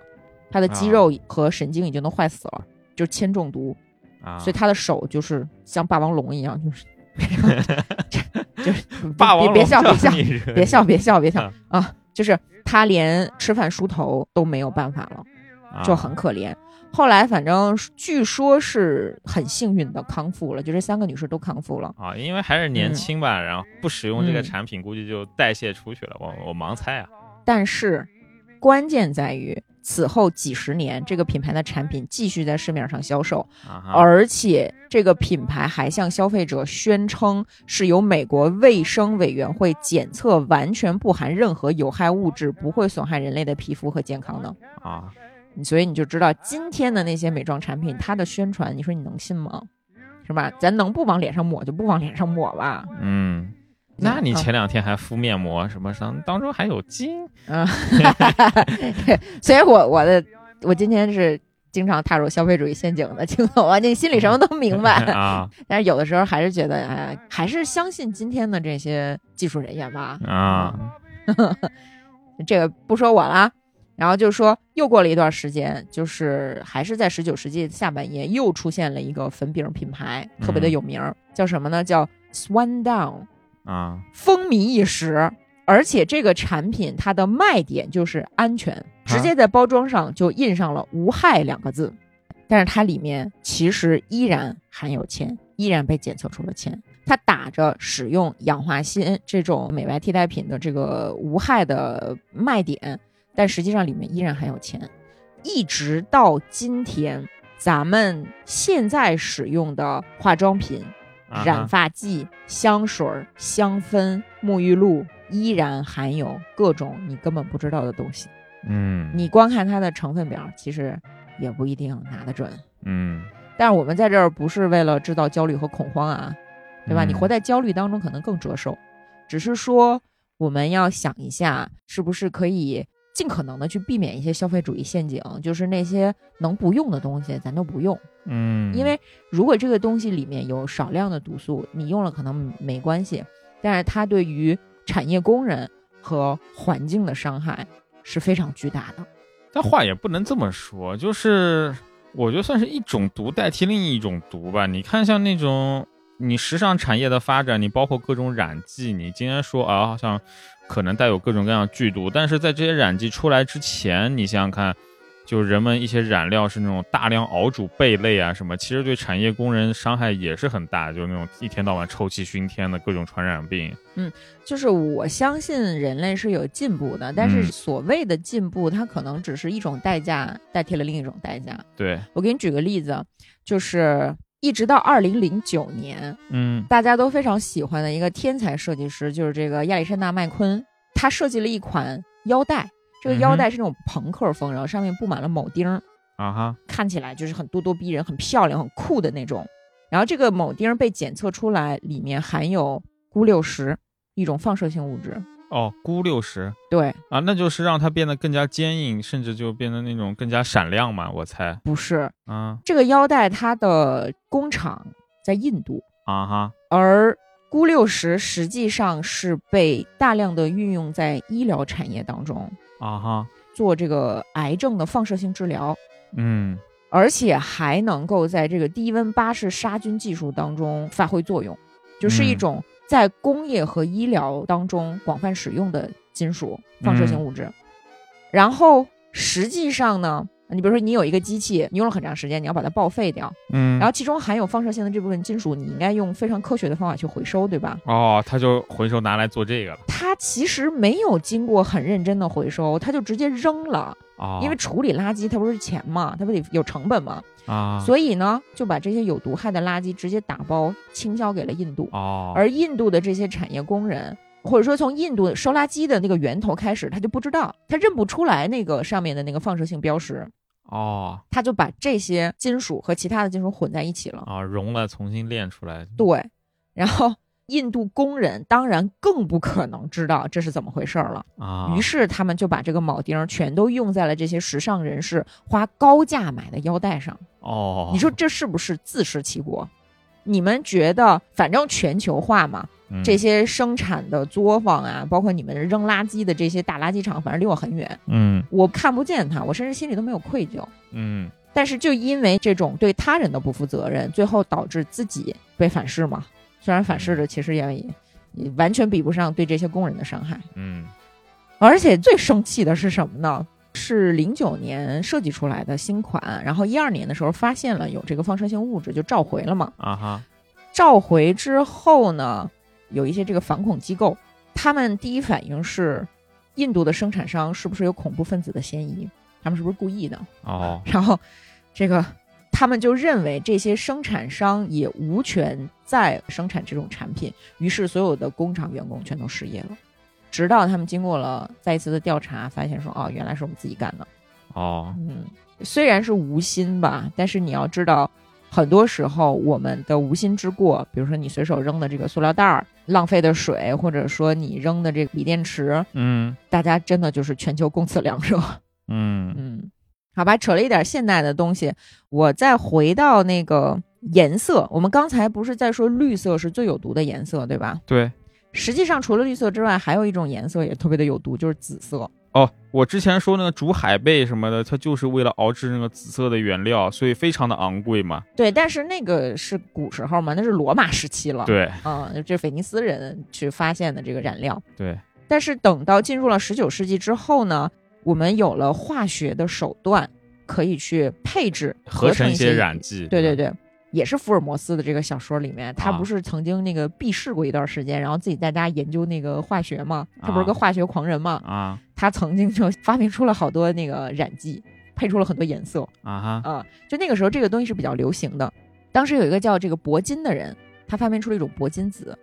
[SPEAKER 1] 他的肌
[SPEAKER 3] 啊
[SPEAKER 1] 肉和神经已经都坏死了，就是铅中毒。
[SPEAKER 3] 啊，
[SPEAKER 1] 所以他的手就是像霸王龙一样，就是 就是
[SPEAKER 3] 霸王
[SPEAKER 1] 别
[SPEAKER 3] 龙
[SPEAKER 1] 别 笑
[SPEAKER 3] 叫
[SPEAKER 1] 别笑
[SPEAKER 3] 你惹
[SPEAKER 1] 别 笑别笑别笑
[SPEAKER 3] 啊
[SPEAKER 1] 啊！就是他连吃饭梳头都没有办法了，
[SPEAKER 3] 啊
[SPEAKER 1] 就很可怜。后来反正据说是很幸运的康复了，就这三个女士都康复了。
[SPEAKER 3] 啊，因为还是年
[SPEAKER 1] 嗯
[SPEAKER 3] 轻吧，然后不使用这个
[SPEAKER 1] 嗯
[SPEAKER 3] 产品，估计就代谢出去了。我我盲猜啊，
[SPEAKER 1] 但是关键在于此后几十年，这个品牌的产品继续在市面上销售，
[SPEAKER 3] 啊哈，
[SPEAKER 1] 而且这个品牌还向消费者宣称是由美国卫生委员会检测完全不含任何有害物质，不会损害人类的皮肤和健康的。
[SPEAKER 3] 啊，
[SPEAKER 1] 所以你就知道今天的那些美妆产品，它的宣传，你说你能信吗？是吧？咱能不往脸上抹就不往脸上抹吧。
[SPEAKER 3] 嗯。那你
[SPEAKER 1] 嗯
[SPEAKER 3] 前两天还敷面膜，什么当当中还有 金
[SPEAKER 1] 嗯，所以我我的我今天是经常踏入消费主义陷阱的，秦总啊，你心里什么都明白。
[SPEAKER 3] 啊
[SPEAKER 1] 但是有的时候还是觉得，哎，还是相信今天的这些技术人员吧。
[SPEAKER 3] 啊嗯
[SPEAKER 1] 这个不说我啦。然后就说，又过了一段时间，就是还是在十九世纪下半叶，又出现了一个粉饼品牌，特别的
[SPEAKER 3] 嗯
[SPEAKER 1] 有名儿，叫什么呢？叫 Swan Down，
[SPEAKER 3] 啊
[SPEAKER 1] 风靡一时。而且这个产品它的卖点就是安全，直接在包装上就印上了“无害”两个字，但是它里面其实依然含有铅，依然被检测出了铅。它打着使用氧化锌这种美白替代品的这个无害的卖点，但实际上里面依然含有铅。一直到今天，咱们现在使用的化妆品
[SPEAKER 3] 啊！
[SPEAKER 1] 染发剂、香水儿、香氛、沐浴露依然含有各种你根本不知道的东西。
[SPEAKER 3] 嗯，
[SPEAKER 1] 你光看它的成分表，其实也不一定拿得准。
[SPEAKER 3] 嗯，
[SPEAKER 1] 但是我们在这儿不是为了制造焦虑和恐慌啊，对吧？
[SPEAKER 3] 嗯
[SPEAKER 1] 你活在焦虑当中，可能更折寿。只是说，我们要想一下，是不是可以尽可能的去避免一些消费主义陷阱，就是那些能不用的东西，咱就不用。
[SPEAKER 3] 嗯，
[SPEAKER 1] 因为如果这个东西里面有少量的毒素，你用了可能没关系，但是它对于产业工人和环境的伤害是非常巨大的。
[SPEAKER 3] 但话也不能这么说，就是我觉得算是一种毒代替另一种毒吧。你看，像那种你时尚产业的发展，你包括各种染剂，你今天说啊，好像可能带有各种各样的剧毒，但是在这些染剂出来之前，你想想看。就人们一些染料是那种大量熬煮贝类啊什么，其实对产业工人伤害也是很大，就是那种一天到晚臭气熏天的各种传染病。
[SPEAKER 1] 就是我相信人类是有进步的，但是
[SPEAKER 3] 嗯
[SPEAKER 1] 所谓的进步，它可能只是一种代价代替了另一种代价。
[SPEAKER 3] 对，
[SPEAKER 1] 我给你举个例子，就是一直到二零零九年，
[SPEAKER 3] 嗯
[SPEAKER 1] 大家都非常喜欢的一个天才设计师，就是这个亚历山大麦昆，他设计了一款腰带，这个腰带是那种朋克风，然后上面布满了铆钉儿，
[SPEAKER 3] 啊哈，
[SPEAKER 1] 看起来就是很咄咄逼人、很漂亮、很酷的那种。然后这个铆钉儿被检测出来，里面含有钴六十一种放射性物质。
[SPEAKER 3] 哦，钴六十，
[SPEAKER 1] 对，
[SPEAKER 3] 啊，那就是让它变得更加坚硬，甚至就变得那种更加闪亮嘛，我猜。
[SPEAKER 1] 不是
[SPEAKER 3] 啊
[SPEAKER 1] 这个腰带，它的工厂在印度，
[SPEAKER 3] 啊哈，
[SPEAKER 1] 而钴六十实际上是被大量的运用在医疗产业当中。
[SPEAKER 3] 啊哈，
[SPEAKER 1] 做这个癌症的放射性治疗，
[SPEAKER 3] 嗯
[SPEAKER 1] 而且还能够在这个低温巴氏杀菌技术当中发挥作用，就是一
[SPEAKER 3] 嗯
[SPEAKER 1] 种在工业和医疗当中广泛使用的金属放射性
[SPEAKER 3] 嗯
[SPEAKER 1] 物质。然后实际上呢，你比如说你有一个机器，你用了很长时间，你要把它报废掉，
[SPEAKER 3] 嗯，
[SPEAKER 1] 然后其中含有放射性的这部分金属，你应该用非常科学的方法去回收，对吧？
[SPEAKER 3] 哦，他就回收拿来做这个了。
[SPEAKER 1] 它其实没有经过很认真的回收，它就直接扔了。
[SPEAKER 3] 哦，
[SPEAKER 1] 因为处理垃圾它不是钱嘛，它不得有成本嘛，
[SPEAKER 3] 啊，以
[SPEAKER 1] 所以呢，就把这些有毒害的垃圾直接打包倾销给了印度，
[SPEAKER 3] 哦，
[SPEAKER 1] 而印度的这些产业工人。或者说，从印度收垃圾的那个源头开始，他就不知道，他认不出来那个上面的那个放射性标识，
[SPEAKER 3] 哦
[SPEAKER 1] 他就把这些金属和其他的金属混在一起了。
[SPEAKER 3] 啊，熔了重新炼出来，
[SPEAKER 1] 对，然后印度工人当然更不可能知道这是怎么回事儿了，
[SPEAKER 3] 啊，
[SPEAKER 1] 于是他们就把这个铆钉儿全都用在了这些时尚人士花高价买的腰带上。
[SPEAKER 3] 哦，
[SPEAKER 1] 你说这是不是自食其果？你们觉得，反正全球化嘛，
[SPEAKER 3] 嗯
[SPEAKER 1] 这些生产的作坊啊，包括你们扔垃圾的这些大垃圾场，反正离我很远，
[SPEAKER 3] 嗯
[SPEAKER 1] 我看不见它，我甚至心里都没有愧疚。
[SPEAKER 3] 嗯
[SPEAKER 1] 但是就因为这种对他人的不负责任，最后导致自己被反噬嘛。虽然反噬
[SPEAKER 3] 嗯
[SPEAKER 1] 的其实也也完全比不上对这些工人的伤害。
[SPEAKER 3] 嗯
[SPEAKER 1] 而且最生气的是什么呢？是零九年设计出来的新款，然后一二年的时候发现了有这个放射性物质，就召回了嘛。
[SPEAKER 3] 啊哈，
[SPEAKER 1] 召回之后呢，有一些这个反恐机构，他们第一反应是，印度的生产商是不是有恐怖分子的嫌疑？他们是不是故意的？
[SPEAKER 3] 哦
[SPEAKER 1] 然后这个他们就认为这些生产商也无权再生产这种产品，于是所有的工厂员工全都失业了。直到他们经过了再一次的调查，发现说哦，原来是我们自己干的。
[SPEAKER 3] 哦，
[SPEAKER 1] 嗯，虽然是无心吧，但是你要知道，很多时候我们的无心之过，比如说你随手扔的这个塑料袋儿、浪费的水，或者说你扔的这个锂电池，
[SPEAKER 3] 嗯
[SPEAKER 1] 大家真的就是全球供此凉热。
[SPEAKER 3] 嗯
[SPEAKER 1] 嗯，好吧，扯了一点现代的东西，我再回到那个颜色。我们刚才不是在说绿色是最有毒的颜色，对吧？
[SPEAKER 3] 对。
[SPEAKER 1] 实际上，除了绿色之外，还有一种颜色也特别的有毒，就是紫色。
[SPEAKER 3] 哦，我之前说那个煮海贝什么的，它就是为了熬制那个紫色的原料，所以非常的昂贵嘛。
[SPEAKER 1] 对，但是那个是古时候嘛，那是罗马时期了。，
[SPEAKER 3] 对
[SPEAKER 1] 嗯，这腓尼斯人去发现的这个染料。
[SPEAKER 3] 对，
[SPEAKER 1] 但是等到进入了十九世纪之后呢，我们有了化学的手段，可以去配置
[SPEAKER 3] 合
[SPEAKER 1] 成
[SPEAKER 3] 成
[SPEAKER 1] 一
[SPEAKER 3] 一
[SPEAKER 1] 些
[SPEAKER 3] 些染剂。嗯
[SPEAKER 1] 对对对，也是福尔摩斯的这个小说里面，他
[SPEAKER 3] 啊
[SPEAKER 1] 不是曾经那个避世过一段时间，然后自己在家研究那个化学嘛，他不是
[SPEAKER 3] 啊
[SPEAKER 1] 个化学狂人嘛，
[SPEAKER 3] 啊
[SPEAKER 1] 他曾经就发明出了好多那个染剂，配出了很多颜色
[SPEAKER 3] 啊哈
[SPEAKER 1] 啊。就那个时候，这个东西是比较流行的。当时有一个叫这个铂金的人，他发明出了一种铂金紫。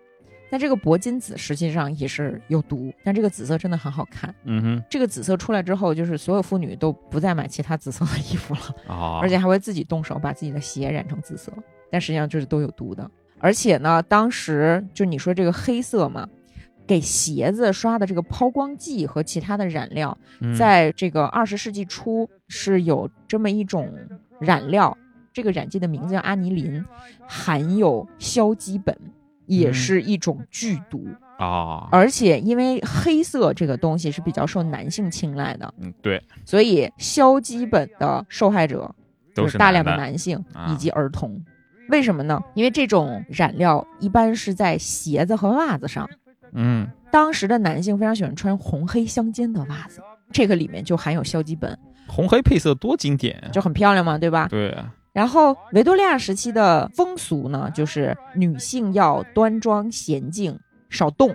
[SPEAKER 1] 那这个铂金紫实际上也是有毒，但这个紫色真的很好看。
[SPEAKER 3] 嗯哼
[SPEAKER 1] 这个紫色出来之后，就是所有妇女都不再买其他紫色的衣服了。
[SPEAKER 3] 啊，
[SPEAKER 1] 而且还会自己动手把自己的鞋染成紫色，但实际上就是都有毒的。而且呢，当时就你说这个黑色嘛，给鞋子刷的这个抛光剂和其他的染料，
[SPEAKER 3] 嗯
[SPEAKER 1] 在这个二十世纪初是有这么一种染料，这个染剂的名字叫阿尼林，含有硝基苯，也
[SPEAKER 3] 嗯
[SPEAKER 1] 是一种剧毒。
[SPEAKER 3] 啊，
[SPEAKER 1] 而且因为黑色这个东西是比较受男性青睐的，
[SPEAKER 3] 嗯对，
[SPEAKER 1] 所以硝基苯的受害者
[SPEAKER 3] 都
[SPEAKER 1] 就是大量的
[SPEAKER 3] 男
[SPEAKER 1] 男性
[SPEAKER 3] 啊
[SPEAKER 1] 以及儿童。为什么呢？因为这种染料一般是在鞋子和袜子上。
[SPEAKER 3] 嗯
[SPEAKER 1] 当时的男性非常喜欢穿红黑相间的袜子，这个里面就含有硝基苯，
[SPEAKER 3] 红黑配色多经典，
[SPEAKER 1] 就很漂亮嘛，对吧？
[SPEAKER 3] 对
[SPEAKER 1] 然后维多利亚时期的风俗呢，就是女性要端庄娴静，少动，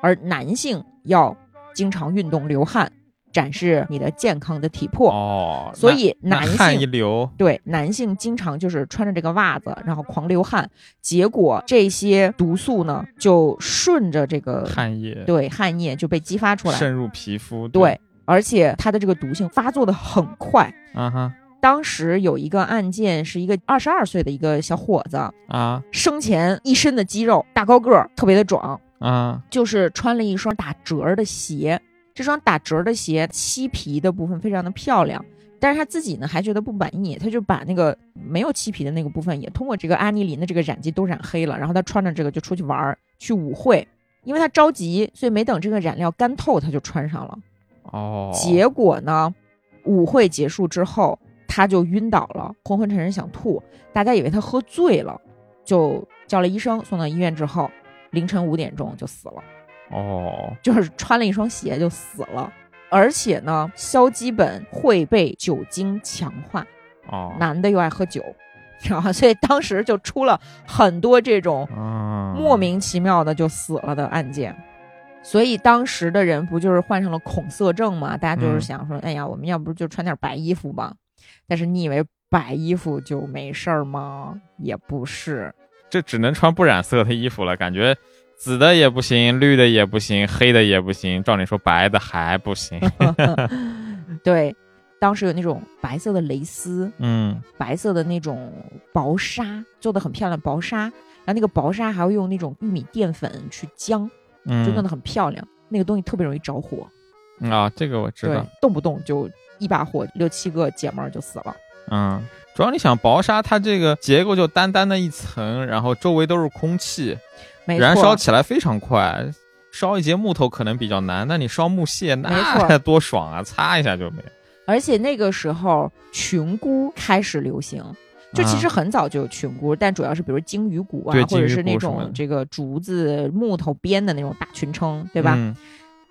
[SPEAKER 1] 而男性要经常运动流汗，展示你的健康的体魄。
[SPEAKER 3] 哦，
[SPEAKER 1] 所以
[SPEAKER 3] 那
[SPEAKER 1] 男
[SPEAKER 3] 那汗
[SPEAKER 1] 性
[SPEAKER 3] 一流，
[SPEAKER 1] 对，男性经常就是穿着这个袜子，然后狂流汗，结果这些毒素呢就顺着这个
[SPEAKER 3] 汗液
[SPEAKER 1] 对汗液呃就被激发出来，
[SPEAKER 3] 渗入皮肤，
[SPEAKER 1] 对，而且它的这个毒性发作的很快。
[SPEAKER 3] 啊哈
[SPEAKER 1] 当时有一个案件，是一个二十二岁的一个小伙子，
[SPEAKER 3] 啊
[SPEAKER 1] 生前一身的肌肉，大高个儿，特别的壮，
[SPEAKER 3] 啊
[SPEAKER 1] 就是穿了一双打折儿的鞋。这双打折儿的鞋漆皮的部分非常的漂亮，但是他自己呢还觉得不满意，他就把那个没有漆皮的那个部分也通过这个阿尼林的这个染剂都染黑了。然后他穿着这个就出去玩儿，去舞会，因为他着急，所以没等这个染料干透，他就穿上了。
[SPEAKER 3] 哦，
[SPEAKER 1] 结果呢，舞会结束之后，他就晕倒了，昏昏沉沉想吐，大家以为他喝醉了，就叫了医生送到医院之后，凌晨五点钟就死了。
[SPEAKER 3] 哦
[SPEAKER 1] 就是穿了一双鞋就死了。而且呢，硝基苯会被酒精强化，
[SPEAKER 3] 哦，
[SPEAKER 1] 男的又爱喝酒，然后所以当时就出了很多这种
[SPEAKER 3] 嗯
[SPEAKER 1] 莫名其妙的就死了的案件。所以当时的人不就是患上了恐色症嘛？大家就是
[SPEAKER 3] 嗯
[SPEAKER 1] 想说，哎呀，我们要不就穿点白衣服吧？但是你以为白衣服就没事儿吗？也不 是，
[SPEAKER 3] 这只能穿不染色的衣服了，感觉紫的也不行，绿的也不行，黑的也不行，照你说白的还不行。
[SPEAKER 1] 对，当时有那种白色的蕾丝，
[SPEAKER 3] 嗯
[SPEAKER 1] 白色的那种薄纱，做的很漂亮薄纱，然后那个薄纱还要用那种玉米淀粉去浆，
[SPEAKER 3] 嗯，
[SPEAKER 1] 就弄得很漂亮。那个东西特别容易着火，
[SPEAKER 3] 嗯啊，这个我知
[SPEAKER 1] 对
[SPEAKER 3] 道，，
[SPEAKER 1] 动不动就一把火，六七个姐们儿就死了。
[SPEAKER 3] 嗯，主要你想薄纱，它这个结构就单单的一层，然后周围都是空气，
[SPEAKER 1] 没
[SPEAKER 3] 燃烧
[SPEAKER 1] 错，
[SPEAKER 3] 起来非常快。烧一节木头可能比较难，那你烧木屑
[SPEAKER 1] 没
[SPEAKER 3] 那
[SPEAKER 1] 错
[SPEAKER 3] 多爽啊！擦一下就没了。
[SPEAKER 1] 而且那个时候群菇开始流行，就其实
[SPEAKER 3] 啊
[SPEAKER 1] 很早就有群菇，但主要是比如鲸鱼骨啊
[SPEAKER 3] 对，
[SPEAKER 1] 或者
[SPEAKER 3] 鲸鱼
[SPEAKER 1] 是那
[SPEAKER 3] 骨什么的
[SPEAKER 1] 种这个竹子、木头编的那种大群撑，对吧？
[SPEAKER 3] 嗯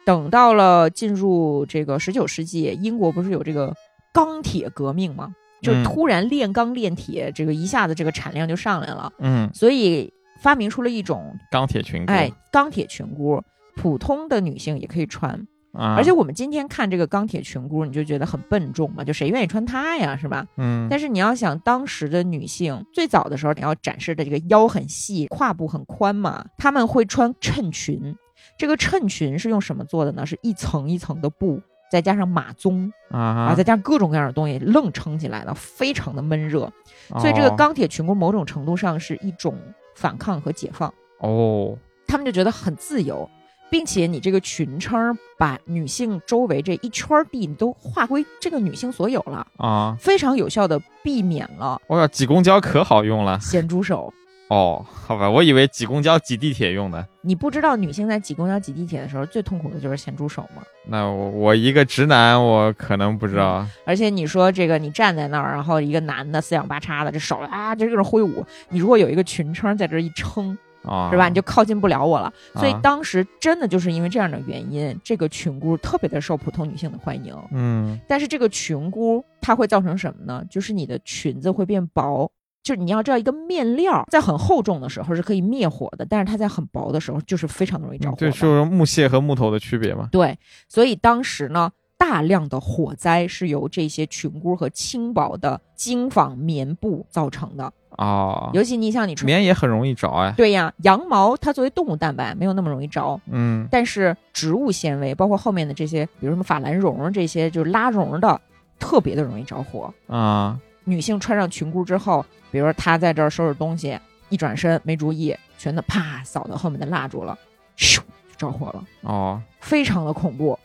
[SPEAKER 1] 等到了进入这个十九世纪，英国不是有这个钢铁革命吗？就
[SPEAKER 3] 嗯
[SPEAKER 1] 是突然炼钢炼铁，这个一下子这个产量就上来了，
[SPEAKER 3] 嗯，
[SPEAKER 1] 所以发明出了一种
[SPEAKER 3] 钢铁裙
[SPEAKER 1] 哎
[SPEAKER 3] 裤，
[SPEAKER 1] 钢铁裙箍，普通的女性也可以穿。
[SPEAKER 3] 啊，
[SPEAKER 1] 而且我们今天看这个钢铁裙箍，你就觉得很笨重嘛，就谁愿意穿它呀，是吧？
[SPEAKER 3] 嗯，
[SPEAKER 1] 但是你要想当时的女性最早的时候，你要展示的这个腰很细，胯部很宽嘛，她们会穿衬裙。这个衬裙是用什么做的呢？是一层一层的布，再加上马鬃啊，
[SPEAKER 3] 啊
[SPEAKER 1] 再，加上各种各样的东西愣撑起来的，非常的闷热。所以这个
[SPEAKER 3] 哦
[SPEAKER 1] 钢铁裙箍某种程度上是一种反抗和解放，
[SPEAKER 3] 哦，
[SPEAKER 1] 她们就觉得很自由。并且你这个裙撑儿把女性周围这一圈儿地，你都划归这个女性所有了，
[SPEAKER 3] 啊，
[SPEAKER 1] 非常有效的避免了
[SPEAKER 3] 我要挤公交可好用了
[SPEAKER 1] 咸猪手。
[SPEAKER 3] 哦，好吧，我以为挤公交挤地铁用的。
[SPEAKER 1] 你不知道女性在挤公交、挤地铁的时候最痛苦的就是咸猪手吗？
[SPEAKER 3] 那我我一个直男，我可能不知道。
[SPEAKER 1] 而且你说这个，你站在那儿，然后一个男的四仰八叉的，这手啊，这就是挥舞。你如果有一个裙撑在这儿一撑，
[SPEAKER 3] 啊，
[SPEAKER 1] 嗯是吧？你就靠近不了我了。所以
[SPEAKER 3] 啊
[SPEAKER 1] 当时真的就是因为这样的原因，这个裙箍特别的受普通女性的欢迎。
[SPEAKER 3] 嗯
[SPEAKER 1] 但是这个裙箍它会造成什么呢？就是你的裙子会变薄。就是你要知道，一个面料在很厚重的时候是可以灭火的，但是它在很薄的时候就是非常容易着火的。
[SPEAKER 3] 嗯对，就是木屑和木头的区别嘛。
[SPEAKER 1] 对，所以当时呢，大量的火灾是由这些裙箍和轻薄的精纺棉布造成的。
[SPEAKER 3] 啊，
[SPEAKER 1] 尤其你像你穿，
[SPEAKER 3] 棉也很容易着哎。
[SPEAKER 1] 对呀，羊毛它作为动物蛋白没有那么容易着，
[SPEAKER 3] 嗯
[SPEAKER 1] 但是植物纤维，包括后面的这些，比如什么法兰绒这些，就是拉绒的，特别的容易着火。
[SPEAKER 3] 啊，
[SPEAKER 1] 女性穿上裙箍之后，比如说她在这儿收拾东西，一转身没注意，全都啪扫到后面的蜡烛了，咻就着火了。
[SPEAKER 3] 哦，
[SPEAKER 1] 非常的恐怖。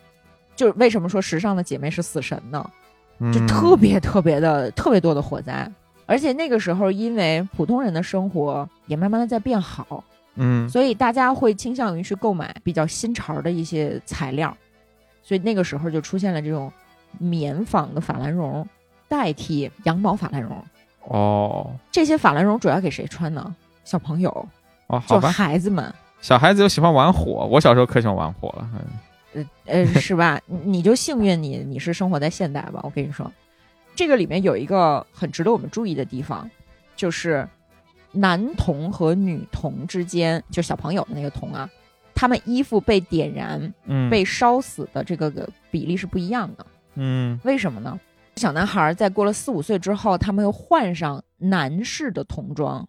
[SPEAKER 1] 就是为什么说时尚的姐妹是死神呢？
[SPEAKER 3] 嗯
[SPEAKER 1] 就特别特别的特别多的火灾，而且那个时候因为普通人的生活也慢慢的在变好，
[SPEAKER 3] 嗯
[SPEAKER 1] 所以大家会倾向于去购买比较新潮的一些材料，所以那个时候就出现了这种棉纺的法兰绒代替羊毛法兰绒。
[SPEAKER 3] 哦
[SPEAKER 1] 这些法兰绒主要给谁穿呢？小朋友，
[SPEAKER 3] 哦，
[SPEAKER 1] 就
[SPEAKER 3] 好吧，
[SPEAKER 1] 孩子们，
[SPEAKER 3] 小孩子又喜欢玩火，我小时候可喜欢玩火了。嗯
[SPEAKER 1] 呃 呃，是吧？你你就幸运你，你是生活在现代吧？我跟你说，这个里面有一个很值得我们注意的地方，就是男童和女童之间，就小朋友的那个童啊，他们衣服被点燃、
[SPEAKER 3] 嗯，
[SPEAKER 1] 被烧死的这个个比例是不一样的。
[SPEAKER 3] 嗯
[SPEAKER 1] 为什么呢？小男孩在过了四五岁之后，他们会换上男士的童装、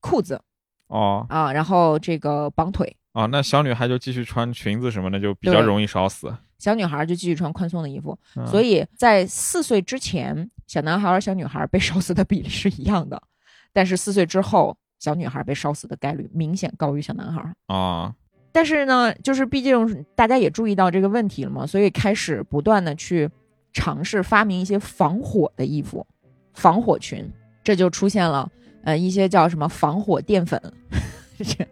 [SPEAKER 1] 裤子
[SPEAKER 3] 哦
[SPEAKER 1] 啊，然后这个绑腿，
[SPEAKER 3] 哦，那小女孩就继续穿裙子什么的，就比较
[SPEAKER 1] 对
[SPEAKER 3] 容易烧死。
[SPEAKER 1] 小女孩就继续穿宽松的衣服。
[SPEAKER 3] 嗯
[SPEAKER 1] 所以在四岁之前，小男孩儿、小女孩儿被烧死的比例是一样的，但是四岁之后，小女孩儿被烧死的概率明显高于小男孩儿。
[SPEAKER 3] 啊，
[SPEAKER 1] 但是呢，就是毕竟大家也注意到这个问题了嘛，所以开始不断的去尝试发明一些防火的衣服、防火裙，这就出现了呃一些叫什么防火淀粉， 这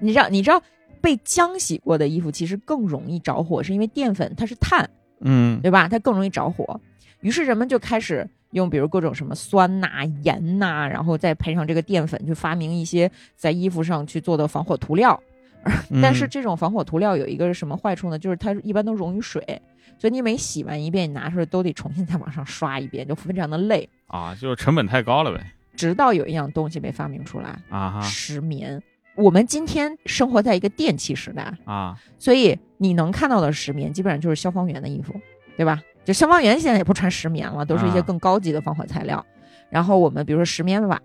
[SPEAKER 1] 你知道你知道被浆洗过的衣服其实更容易着火，是因为淀粉它是碳。
[SPEAKER 3] 嗯
[SPEAKER 1] 对吧？它更容易着火。于是人们就开始用，比如各种什么酸呐、盐呐、然后再配上这个淀粉，去发明一些在衣服上去做的防火涂料。
[SPEAKER 3] 嗯
[SPEAKER 1] 但是这种防火涂料有一个是什么坏处呢？就是它一般都溶于水，所以你每洗完一遍，你拿出来都得重新再往上刷一遍，就非常的累。
[SPEAKER 3] 啊，就是成本太高了呗。
[SPEAKER 1] 直到有一样东西被发明出来，
[SPEAKER 3] 啊哈
[SPEAKER 1] 石棉。我们今天生活在一个电器时代，
[SPEAKER 3] 啊，
[SPEAKER 1] 所以你能看到的石棉，基本上就是消防员的衣服，对吧？就消防员现在也不穿石棉了，都是一
[SPEAKER 3] 啊
[SPEAKER 1] 些更高级的防火材料。然后我们比如说石棉瓦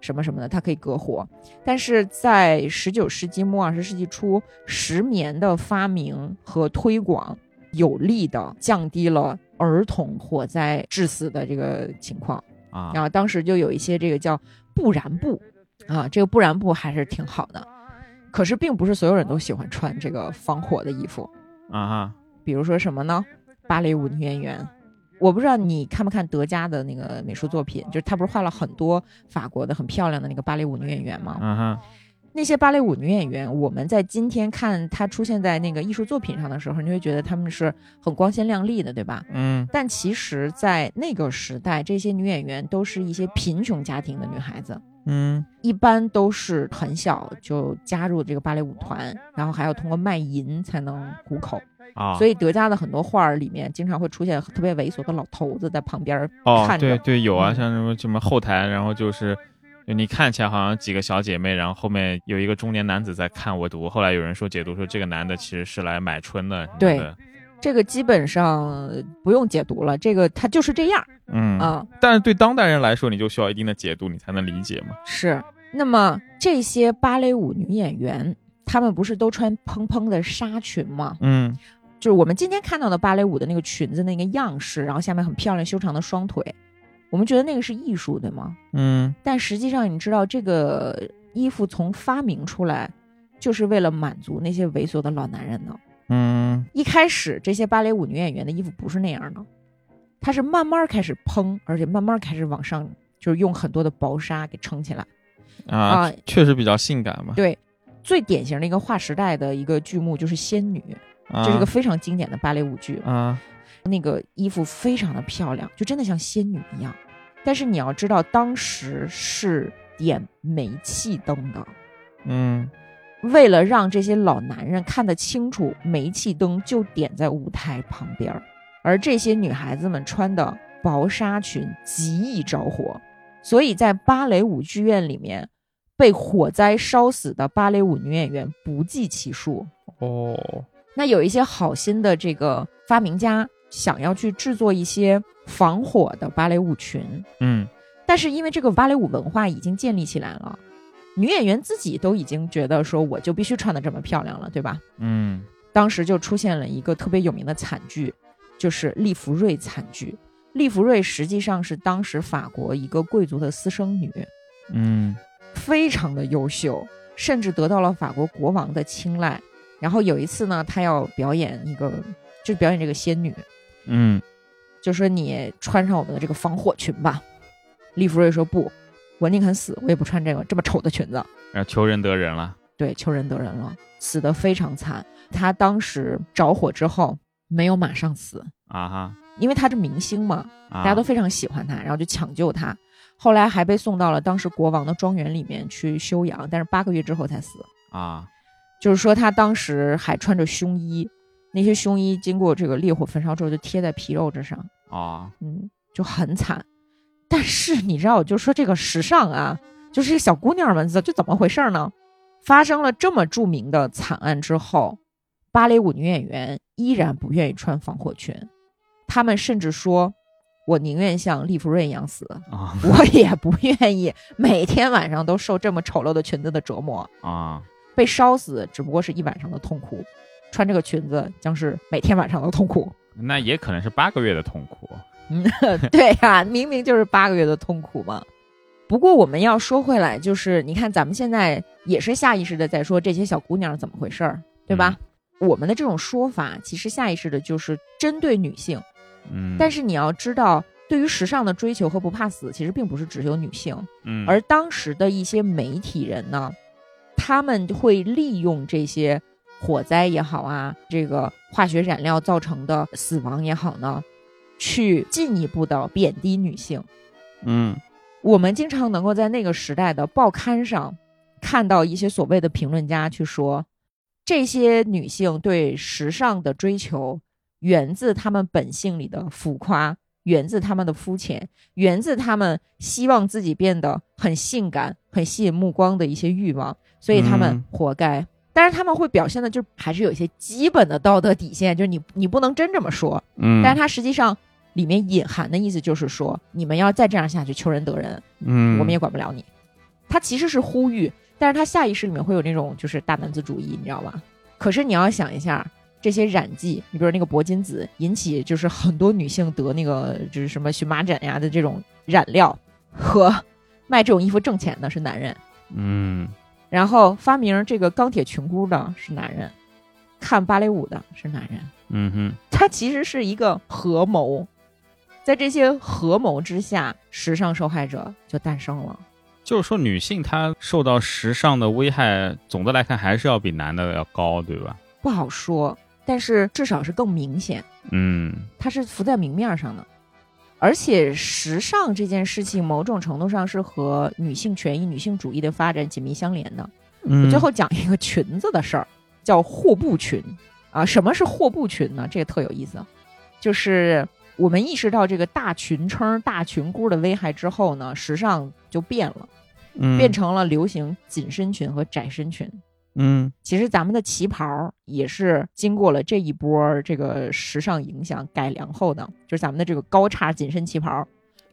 [SPEAKER 1] 什么什么的，它可以隔火。但是在十九世纪末二十世纪初，石棉的发明和推广有力的降低了儿童火灾致死的这个情况。
[SPEAKER 3] 啊
[SPEAKER 1] 然后当时就有一些这个叫不燃布啊，这个不燃布还是挺好的，可是并不是所有人都喜欢穿这个防火的衣服。
[SPEAKER 3] 啊哈，
[SPEAKER 1] 比如说什么呢？芭蕾舞女演员。我不知道你看不看德加的那个美术作品，就是他不是画了很多法国的很漂亮的那个芭蕾舞女演员吗？
[SPEAKER 3] 啊哈，
[SPEAKER 1] 那些芭蕾舞女演员，我们在今天看她出现在那个艺术作品上的时候，你会觉得她们是很光鲜亮丽的，对吧？
[SPEAKER 3] 嗯
[SPEAKER 1] 但其实，在那个时代，这些女演员都是一些贫穷家庭的女孩子，
[SPEAKER 3] 嗯
[SPEAKER 1] 一般都是很小就加入这个芭蕾舞团，然后还要通过卖淫才能糊口。
[SPEAKER 3] 啊，
[SPEAKER 1] 所
[SPEAKER 3] 以
[SPEAKER 1] 以德加的很多画儿里面经常会出现特别猥琐的老头子在旁边儿
[SPEAKER 3] 哦，
[SPEAKER 1] 看着
[SPEAKER 3] 对对，有啊，
[SPEAKER 1] 嗯
[SPEAKER 3] 像什么什么后台，然后就是。就你看起来好像几个小姐妹，然后后面有一个中年男子在看我读。后来有人说解读说这个男的其实是来买春的什么
[SPEAKER 1] 对
[SPEAKER 3] 的，
[SPEAKER 1] 这个基本上不用解读了，这个他就是这样
[SPEAKER 3] 嗯
[SPEAKER 1] 啊、
[SPEAKER 3] 但是对当代人来说，你就需要一定的解读，你才能理解嘛。
[SPEAKER 1] 是。那么这些芭蕾舞女演员，她们不是都穿蓬蓬的纱裙吗？
[SPEAKER 3] 嗯
[SPEAKER 1] 就是我们今天看到的芭蕾舞的那个裙子那个样式，然后下面很漂亮修长的双腿，我们觉得那个是艺术，对吗？
[SPEAKER 3] 嗯
[SPEAKER 1] 但实际上，你知道这个衣服从发明出来，就是为了满足那些猥琐的老男人的。
[SPEAKER 3] 嗯
[SPEAKER 1] 一开始这些芭蕾舞女演员的衣服不是那样的，她是慢慢开始蓬，而且慢慢开始往上，就是用很多的薄纱给撑起来。
[SPEAKER 3] 啊
[SPEAKER 1] 啊
[SPEAKER 3] 确实比较性感嘛。
[SPEAKER 1] 对，最典型的一个划时代的一个剧目就是《仙女》，
[SPEAKER 3] 啊
[SPEAKER 1] 这是一个非常经典的芭蕾舞剧，
[SPEAKER 3] 啊，
[SPEAKER 1] 那个衣服非常的漂亮，就真的像仙女一样。但是你要知道，当时是点煤气灯的。
[SPEAKER 3] 嗯
[SPEAKER 1] 为了让这些老男人看得清楚，煤气灯就点在舞台旁边儿，而这些女孩子们穿的薄纱裙极易着火，所以在芭蕾舞剧院里面被火灾烧死的芭蕾舞女演员不计其数。
[SPEAKER 3] 哦，
[SPEAKER 1] 那有一些好心的这个发明家想要去制作一些防火的芭蕾舞裙，
[SPEAKER 3] 嗯
[SPEAKER 1] 但是因为这个芭蕾舞文化已经建立起来了，女演员自己都已经觉得说我就必须穿得这么漂亮了，对吧？
[SPEAKER 3] 嗯
[SPEAKER 1] 当时就出现了一个特别有名的惨剧，就是利弗瑞惨剧。利弗瑞实际上是当时法国一个贵族的私生女，
[SPEAKER 3] 嗯
[SPEAKER 1] 非常的优秀，甚至得到了法国国王的青睐。然后有一次呢，她要表演一个，就表演这个仙女，
[SPEAKER 3] 嗯
[SPEAKER 1] 就说你穿上我们的这个防火裙吧。利弗瑞说不，我宁肯死，我也不穿这个这么丑的裙子。
[SPEAKER 3] 然后啊求人得人了。
[SPEAKER 1] 对，求人得人了，死得非常惨。他当时着火之后没有马上死，
[SPEAKER 3] 啊哈，啊
[SPEAKER 1] 因为他是明星嘛，大
[SPEAKER 3] 大
[SPEAKER 1] 家都非常喜欢他，然后就抢救他。后来还被送到了当时国王的庄园里面去休养，但是八个月之后才死。
[SPEAKER 3] 啊，
[SPEAKER 1] 就是说他当时还穿着胸衣，那些胸衣经过这个烈火焚烧之后就贴在皮肉之上，
[SPEAKER 3] 哦，
[SPEAKER 1] 嗯，就很惨。但是你知道，就说这个时尚啊，就是小姑娘们这这怎么回事呢？发生了这么著名的惨案之后，芭蕾舞女演员依然不愿意穿防火裙，她们甚至说：“我宁愿像利弗瑞一样死，
[SPEAKER 3] 啊
[SPEAKER 1] 我也不愿意每天晚上都受这么丑陋的裙子的折磨。
[SPEAKER 3] 啊，
[SPEAKER 1] 被烧死只不过是一晚上的痛苦，穿这个裙子将是每天晚上的痛苦。”
[SPEAKER 3] 那也可能是八个月的痛苦。
[SPEAKER 1] 对呀、明明就是八个月的痛苦嘛。不过我们要说回来，就是你看咱们现在也是下意识的在说这些小姑娘怎么回事儿，对吧？我们的这种说法其实下意识的就是针对女性，
[SPEAKER 3] 嗯，
[SPEAKER 1] 但
[SPEAKER 3] 是
[SPEAKER 1] 是你要知道，对于时尚的追求和不怕死，其实并不是只有女性，
[SPEAKER 3] 嗯
[SPEAKER 1] 而当时的一些媒体人呢，他们会利用这些火灾也好啊，这个化学染料造成的死亡也好呢，去进一步的贬低女性。
[SPEAKER 3] 嗯
[SPEAKER 1] 我们经常能够在那个时代的报刊上看到一些所谓的评论家去说，这些女性对时尚的追求源自她们本性里的浮夸，源自她们的肤浅，源自她们希望自己变得很性感、很吸引目光的一些欲望，所以她们
[SPEAKER 3] 嗯
[SPEAKER 1] 活该。但是她们会表现的就还是有一些基本的道德底线，就是你你不能真这么说，
[SPEAKER 3] 嗯，
[SPEAKER 1] 但是它实际上里面隐含的意思就是说，你们要再这样下去，求人得人，
[SPEAKER 3] 嗯，
[SPEAKER 1] 我们也管不了你。他其实是呼吁，但是他下意识里面会有那种就是大男子主义，你知道吧？可是你要想一下，这些染剂，你比如那个铂金子，引起就是很多女性得那个就是什么荨麻疹呀的这种染料，和卖这种衣服挣钱的是男人，
[SPEAKER 2] 嗯，
[SPEAKER 1] 然后发明这个钢铁裙箍的是男人，看芭蕾舞的是男人，
[SPEAKER 2] 嗯哼，
[SPEAKER 1] 它其实是一个合谋，在这些合谋之下，时尚受害者就诞生了。
[SPEAKER 2] 就是说女性她受到时尚的危害，总的来看还是要比男的要高，对吧？
[SPEAKER 1] 不好说，但是至少是更明显，
[SPEAKER 2] 嗯，
[SPEAKER 1] 它是浮在明面上的。而且，时尚这件事情某种程度上是和女性权益、女性主义的发展紧密相连的。
[SPEAKER 2] 嗯
[SPEAKER 1] 我最后讲一个裙子的事儿，叫霍布裙啊。什么是霍布裙呢？这个特有意思啊，就是我们意识到这个大裙撑、大裙箍的危害之后呢，时尚就变了，
[SPEAKER 3] 嗯
[SPEAKER 1] 变成了流行紧身裙和窄身裙。
[SPEAKER 2] 嗯
[SPEAKER 1] 其实咱们的旗袍也是经过了这一波这个时尚影响改良后的，就是咱们的这个高叉紧身旗袍。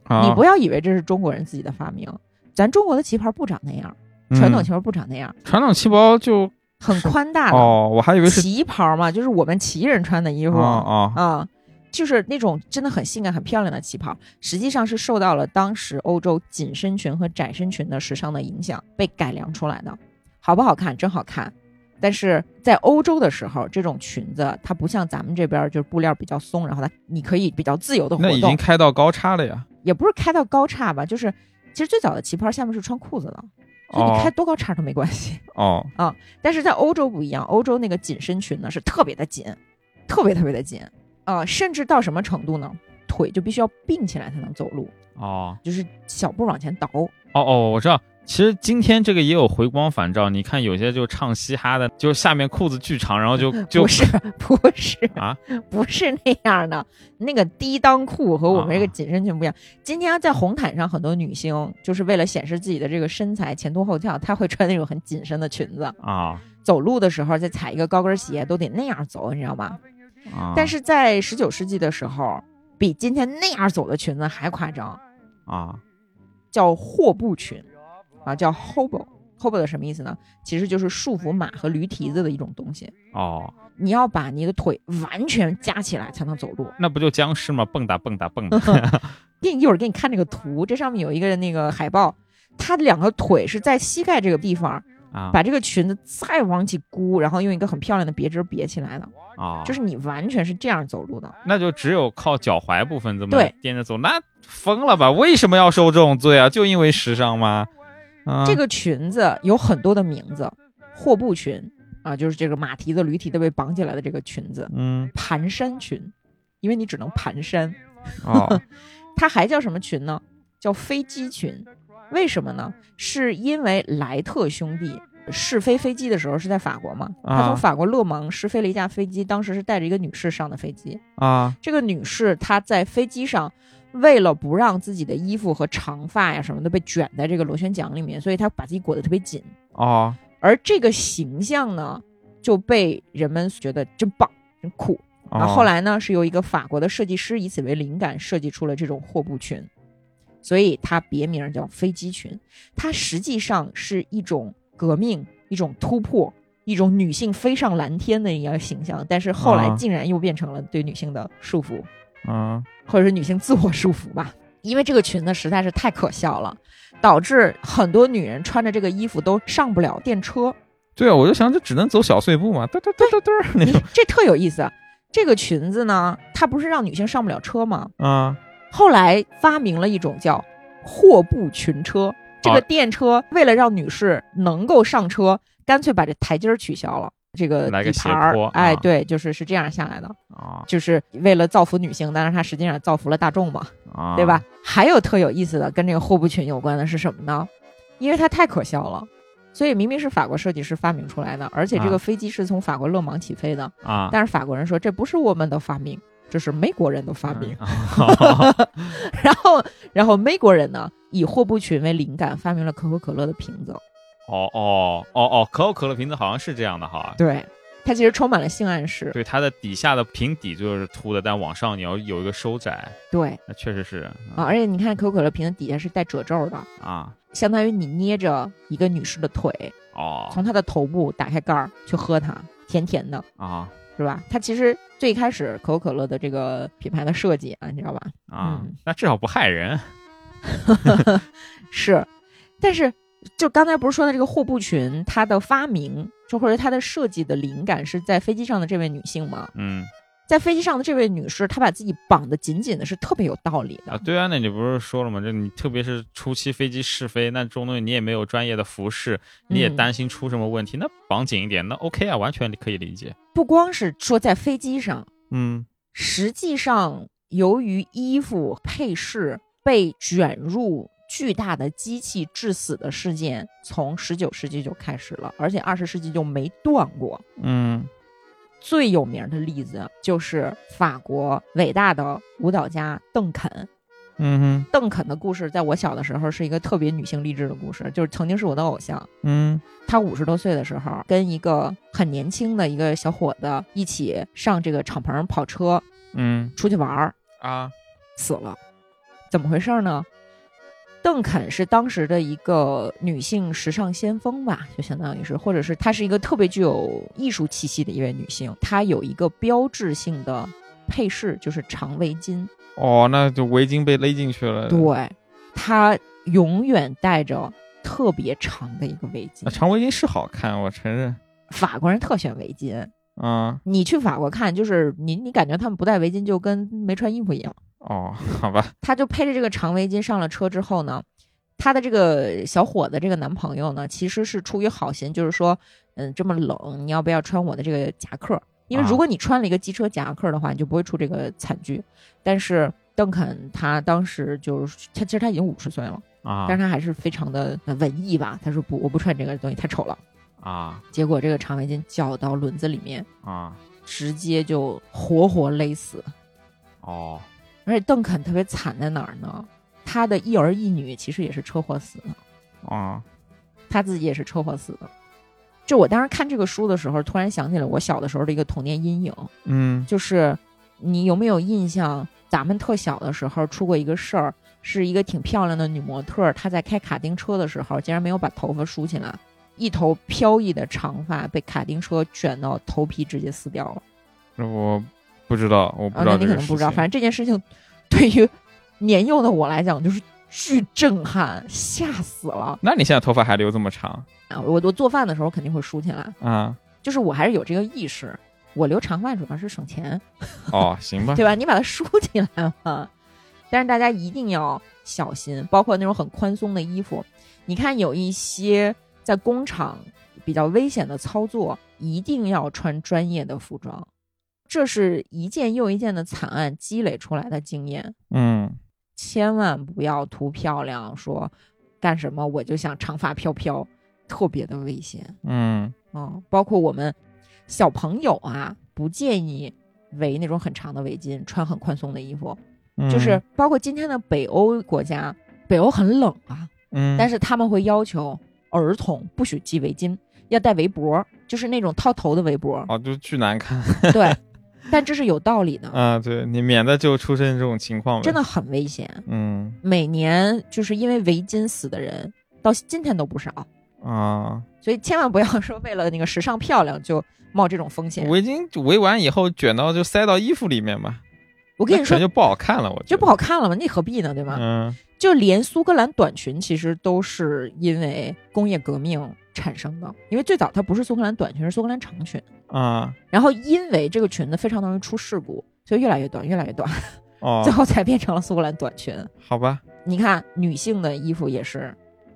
[SPEAKER 3] 啊
[SPEAKER 1] 你不要以为这是中国人自己的发明，咱中国的旗袍不长那样，
[SPEAKER 3] 嗯
[SPEAKER 1] 传统旗袍不长那样，
[SPEAKER 3] 传统旗袍就
[SPEAKER 1] 很
[SPEAKER 3] 是
[SPEAKER 1] 宽大的。
[SPEAKER 3] 哦，我还以为是
[SPEAKER 1] 旗袍嘛，就是我们旗人穿的衣
[SPEAKER 3] 哦
[SPEAKER 1] 服啊、
[SPEAKER 3] 哦，
[SPEAKER 1] 就是那种真的很性感、很漂亮的旗袍，实际上是受到了当时欧洲紧身裙和窄身裙的时尚的影响，被改良出来的。好不好看？真好看。但是在欧洲的时候，这种裙子它不像咱们这边儿就是布料比较松，然后它你可以比较自由的活
[SPEAKER 3] 那已经
[SPEAKER 1] 动，
[SPEAKER 3] 开到高叉了呀。
[SPEAKER 1] 也不是开到高叉吧，就是其实最早的旗袍下面是穿裤子的，所以你开
[SPEAKER 3] 哦
[SPEAKER 1] 多高叉都没关系。
[SPEAKER 3] 哦，
[SPEAKER 1] 但是在欧洲不一样，欧洲那个紧身裙呢是特别的紧，特别特别的紧，呃，甚至到什么程度呢？腿就必须要并起来才能走路，
[SPEAKER 3] 哦
[SPEAKER 1] 就是小步往前倒。
[SPEAKER 3] 哦哦，我知道。其实今天这个也有回光返照，你看有些就唱嘻哈的，就下面裤子巨长，然后就就
[SPEAKER 1] 不是 不是
[SPEAKER 3] 啊，
[SPEAKER 1] 不是那样的。那个低裆裤和我们这个紧身裙不一样。今天在红毯上，很多女星就是为了显示自己的这个身材前凸后翘，她会穿那种很紧身的裙子，
[SPEAKER 3] 啊
[SPEAKER 1] 走路的时候再踩一个高跟鞋，都得那样走，你知道吗？
[SPEAKER 3] 啊，
[SPEAKER 1] 但是在十九世纪的时候，比今天那样走的裙子还夸张，
[SPEAKER 3] 啊
[SPEAKER 1] 叫霍布裙，啊，叫 hobo。hobo 的什么意思呢？其实就是束缚马和驴蹄子的一种东西。
[SPEAKER 3] 哦，
[SPEAKER 1] 你要把你的腿完全夹起来才能走路。
[SPEAKER 3] 那不就僵尸吗？蹦哒蹦哒蹦哒，
[SPEAKER 1] 给你一会儿给你看这个图，这上面有一个那个海报，他的两个腿是在膝盖这个地方，
[SPEAKER 3] 啊
[SPEAKER 1] 把这个裙子再往起箍，然后用一个很漂亮的别针别起来的，
[SPEAKER 3] 啊，
[SPEAKER 1] 就是你完全是这样走路的。
[SPEAKER 3] 那就只有靠脚踝部分这么
[SPEAKER 1] 对
[SPEAKER 3] 颠着走，那疯了吧？为什么要受这种罪啊？就因为时尚吗？啊，
[SPEAKER 1] 这个裙子有很多的名字，霍布裙啊，就是这个马蹄子、驴蹄子被绑起来的这个裙子，
[SPEAKER 3] 嗯
[SPEAKER 1] 盘山裙，因为你只能盘山。
[SPEAKER 3] 哦
[SPEAKER 1] 它还叫什么裙呢？叫飞机裙。为什么呢？是因为莱特兄弟试飞飞机的时候是在法国嘛？
[SPEAKER 3] 啊
[SPEAKER 1] 他从法国勒芒试飞了一架飞机，当时是带着一个女士上的飞机。
[SPEAKER 3] 啊
[SPEAKER 1] 这个女士她在飞机上，为了不让自己的衣服和长发呀什么的被卷在这个螺旋桨里面，所以她把自己裹得特别紧。
[SPEAKER 3] 哦
[SPEAKER 1] 而这个形象呢，就被人们觉得真棒、真酷。
[SPEAKER 3] 哦，
[SPEAKER 1] 然后后来呢，是由一个法国的设计师以此为灵感设计出了这种霍布裙，所以它别名叫飞机裙。它实际上是一种革命、一种突破、一种女性飞上蓝天的一个形象，但是后来
[SPEAKER 3] 啊
[SPEAKER 1] 竟然又变成了对女性的束缚。
[SPEAKER 3] 嗯
[SPEAKER 1] 或者是女性自我束缚吧。因为这个裙子实在是太可笑了，导致很多女人穿着这个衣服都上不了电车。
[SPEAKER 3] 对啊，我就想这只能走小碎步嘛，嘚嘚嘚嘚嘚 那种
[SPEAKER 1] 这特有意思。这个裙子呢，它不是让女性上不了车吗？
[SPEAKER 3] 啊
[SPEAKER 1] 后来发明了一种叫货步裙车，这
[SPEAKER 3] 啊
[SPEAKER 1] 个电车为了让女士能够上车，干脆把这台阶儿取消了。这个
[SPEAKER 3] 来
[SPEAKER 1] 底
[SPEAKER 3] 个
[SPEAKER 1] 盘
[SPEAKER 3] 斜
[SPEAKER 1] 儿，
[SPEAKER 3] 坡啊
[SPEAKER 1] 哎，对，就是是这样下来的，
[SPEAKER 3] 啊
[SPEAKER 1] 就是为了造福女性，但是它实际上造福了大众嘛。
[SPEAKER 3] 啊，
[SPEAKER 1] 对吧？？还有特有意思的，跟这个霍布裙有关的是什么呢？因为它太可笑了，所以明明是法国设计师发明出来的，而且这
[SPEAKER 3] 啊
[SPEAKER 1] 个飞机是从法国勒芒起飞的，
[SPEAKER 3] 啊，
[SPEAKER 1] 但是法国人说这不是我们的发明，这是美国人的发明。
[SPEAKER 3] 啊
[SPEAKER 1] 然后，然后美国人呢，以霍布裙为灵感，发明了可口可乐的瓶子。
[SPEAKER 3] 哦哦哦哦，可口可乐瓶子好像是这样的哈。
[SPEAKER 1] 对，它其实充满了性暗示。
[SPEAKER 3] 对，它的底下的瓶底就是凸的，但往上你要有一个收窄，
[SPEAKER 1] 对
[SPEAKER 3] 那确实是
[SPEAKER 1] 啊，而且你看可口可乐瓶子底下是带褶皱的，
[SPEAKER 3] 啊
[SPEAKER 1] 相当于你捏着一个女士的腿，
[SPEAKER 3] 哦
[SPEAKER 1] 从她的头部打开盖儿去喝它，甜甜的。
[SPEAKER 3] 啊
[SPEAKER 1] 是吧？它其实最开始可口可乐的这个品牌的设计啊，你知道吧？
[SPEAKER 3] 啊
[SPEAKER 1] 嗯，
[SPEAKER 3] 那至少不害人。
[SPEAKER 1] 是，但是就刚才不是说的这个霍布群，它的发明就或者它的设计的灵感是在飞机上的这位女性吗？
[SPEAKER 3] 嗯
[SPEAKER 1] 在飞机上的这位女士，她把自己绑得紧紧的，是特别有道理的。
[SPEAKER 3] 啊，对啊，那你不是说了吗？这你特别是初期飞机试飞，那中东你也没有专业的服饰，你也
[SPEAKER 1] 嗯
[SPEAKER 3] 担心出什么问题，那绑紧一点，那 OK 啊，完全可以理解。
[SPEAKER 1] 不光是说在飞机上，
[SPEAKER 3] 嗯，
[SPEAKER 1] 实际上由于衣服配饰被卷入巨大的机器致死的事件，从十九世纪就开始了，而且二十世纪就没断过。
[SPEAKER 3] 嗯
[SPEAKER 1] 最有名的例子就是法国伟大的舞蹈家邓肯。
[SPEAKER 3] 嗯
[SPEAKER 1] 邓肯的故事，在我小的时候是一个特别女性励志的故事，就是曾经是我的偶像。
[SPEAKER 3] 嗯
[SPEAKER 1] 他五十多岁的时候，跟一个很年轻的一个小伙子一起上这个敞篷跑车
[SPEAKER 3] 嗯
[SPEAKER 1] 出去玩儿，
[SPEAKER 3] 啊，
[SPEAKER 1] 死了。怎么回事呢？邓肯是当时的一个女性时尚先锋吧，就相当于是，或者是她是一个特别具有艺术气息的一位女性。她有一个标志性的配饰，就是长围巾。
[SPEAKER 3] 哦，那就围巾被勒进去了。
[SPEAKER 1] 对，她永远戴着特别长的一个围巾。
[SPEAKER 3] 那啊长围巾是好看，我承认。
[SPEAKER 1] 法国人特选围巾，
[SPEAKER 3] 啊、
[SPEAKER 1] 你去法国看，就是你你感觉他们不戴围巾就跟没穿衣服一样。
[SPEAKER 3] 哦，好吧，
[SPEAKER 1] 她就披着这个长围巾上了车之后呢，她的这个小伙子这个男朋友呢，其实是出于好心，就是说，嗯，这么冷，你要不要穿我的这个夹克？因为
[SPEAKER 3] 啊
[SPEAKER 1] 如果你穿了一个机车夹克的话，你就不会出这个惨剧。但是邓肯他当时就是他，其实他已经五十岁了，
[SPEAKER 3] 啊
[SPEAKER 1] 但是他还是非常的呃文艺吧。他说不，我不穿这个东西，太丑了。
[SPEAKER 3] 啊
[SPEAKER 1] 结果这个长围巾绞到轮子里面，
[SPEAKER 3] 啊，
[SPEAKER 1] 直接就活活勒死。
[SPEAKER 3] 哦，
[SPEAKER 1] 而且邓肯特别惨在哪儿呢？他的一儿一女其实也是车祸死的，
[SPEAKER 3] 啊，
[SPEAKER 1] 他自己也是车祸死的。就我当时看这个书的时候，突然想起了我小的时候的一个童年阴影，
[SPEAKER 3] 嗯
[SPEAKER 1] 就是你有没有印象？咱们特小的时候出过一个事儿，是一个挺漂亮的女模特儿，她在开卡丁车的时候，竟然没有把头发梳起来，一头飘逸的长发被卡丁车卷到头皮，直接撕掉了。
[SPEAKER 3] 那我不知道，我不
[SPEAKER 1] 啊，
[SPEAKER 3] 知
[SPEAKER 1] 那
[SPEAKER 3] 道
[SPEAKER 1] 你
[SPEAKER 3] 这
[SPEAKER 1] 可
[SPEAKER 3] 个
[SPEAKER 1] 能
[SPEAKER 3] 事情。
[SPEAKER 1] 不知道，反正这件事情对于 年幼的我来讲就是巨震撼，吓死了
[SPEAKER 3] 那你现在头发还留这么长
[SPEAKER 1] 啊！我我做饭的时候肯定会梳起来，
[SPEAKER 3] 啊？
[SPEAKER 1] 就是我还是有这个意识。我留长发主要是省钱，
[SPEAKER 3] 哦，行吧，
[SPEAKER 1] 对吧？你把它梳起来嘛。但是大家一定要小心，包括那种很宽松的衣服。你看，有一些在工厂比较危险的操作，一定要穿专业的服装。这是一件又一件的惨案积累出来的经验。
[SPEAKER 3] 嗯
[SPEAKER 1] 千万不要图漂亮，说干什么我就想长发飘飘，特别的危险
[SPEAKER 3] 嗯
[SPEAKER 1] 啊、嗯包括我们小朋友啊，不建议围那种很长的围巾，穿很宽松的衣服。
[SPEAKER 3] 嗯，
[SPEAKER 1] 就是包括今天的北欧国家，北欧很冷啊，
[SPEAKER 3] 嗯，
[SPEAKER 1] 但
[SPEAKER 3] 是。
[SPEAKER 1] 是他们会要求儿童不许系围巾，要戴围脖，就是那种套头的围脖
[SPEAKER 3] 哦，就巨难看
[SPEAKER 1] 对，但这是有道理的，
[SPEAKER 3] 啊！对你免得就出现这种情况呗。
[SPEAKER 1] 真，的很危险。
[SPEAKER 3] 嗯
[SPEAKER 1] 每年就是因为围巾死的人到今天都不少，
[SPEAKER 3] 啊，
[SPEAKER 1] 所以千万不要说为了那个时尚漂亮就冒这种风险。
[SPEAKER 3] 围巾就围完以后卷到就塞到衣服里面嘛，
[SPEAKER 1] 我
[SPEAKER 3] 我
[SPEAKER 1] 跟你说，
[SPEAKER 3] 就不好看了，我觉
[SPEAKER 1] 就
[SPEAKER 3] 得
[SPEAKER 1] 不好看了嘛，那何必呢，对吧？
[SPEAKER 3] 嗯
[SPEAKER 1] 就连苏格兰短裙其实都是因为工业革命产生的，因为最早它不是苏格兰短裙，是苏格兰长裙，
[SPEAKER 3] 啊
[SPEAKER 1] 然后因为这个裙子非常容易出事故，所以越来越短，越来越短，
[SPEAKER 3] 哦
[SPEAKER 1] 最，后才变成了苏格兰短裙。
[SPEAKER 3] 好吧，
[SPEAKER 1] 你看，女性的衣服也是，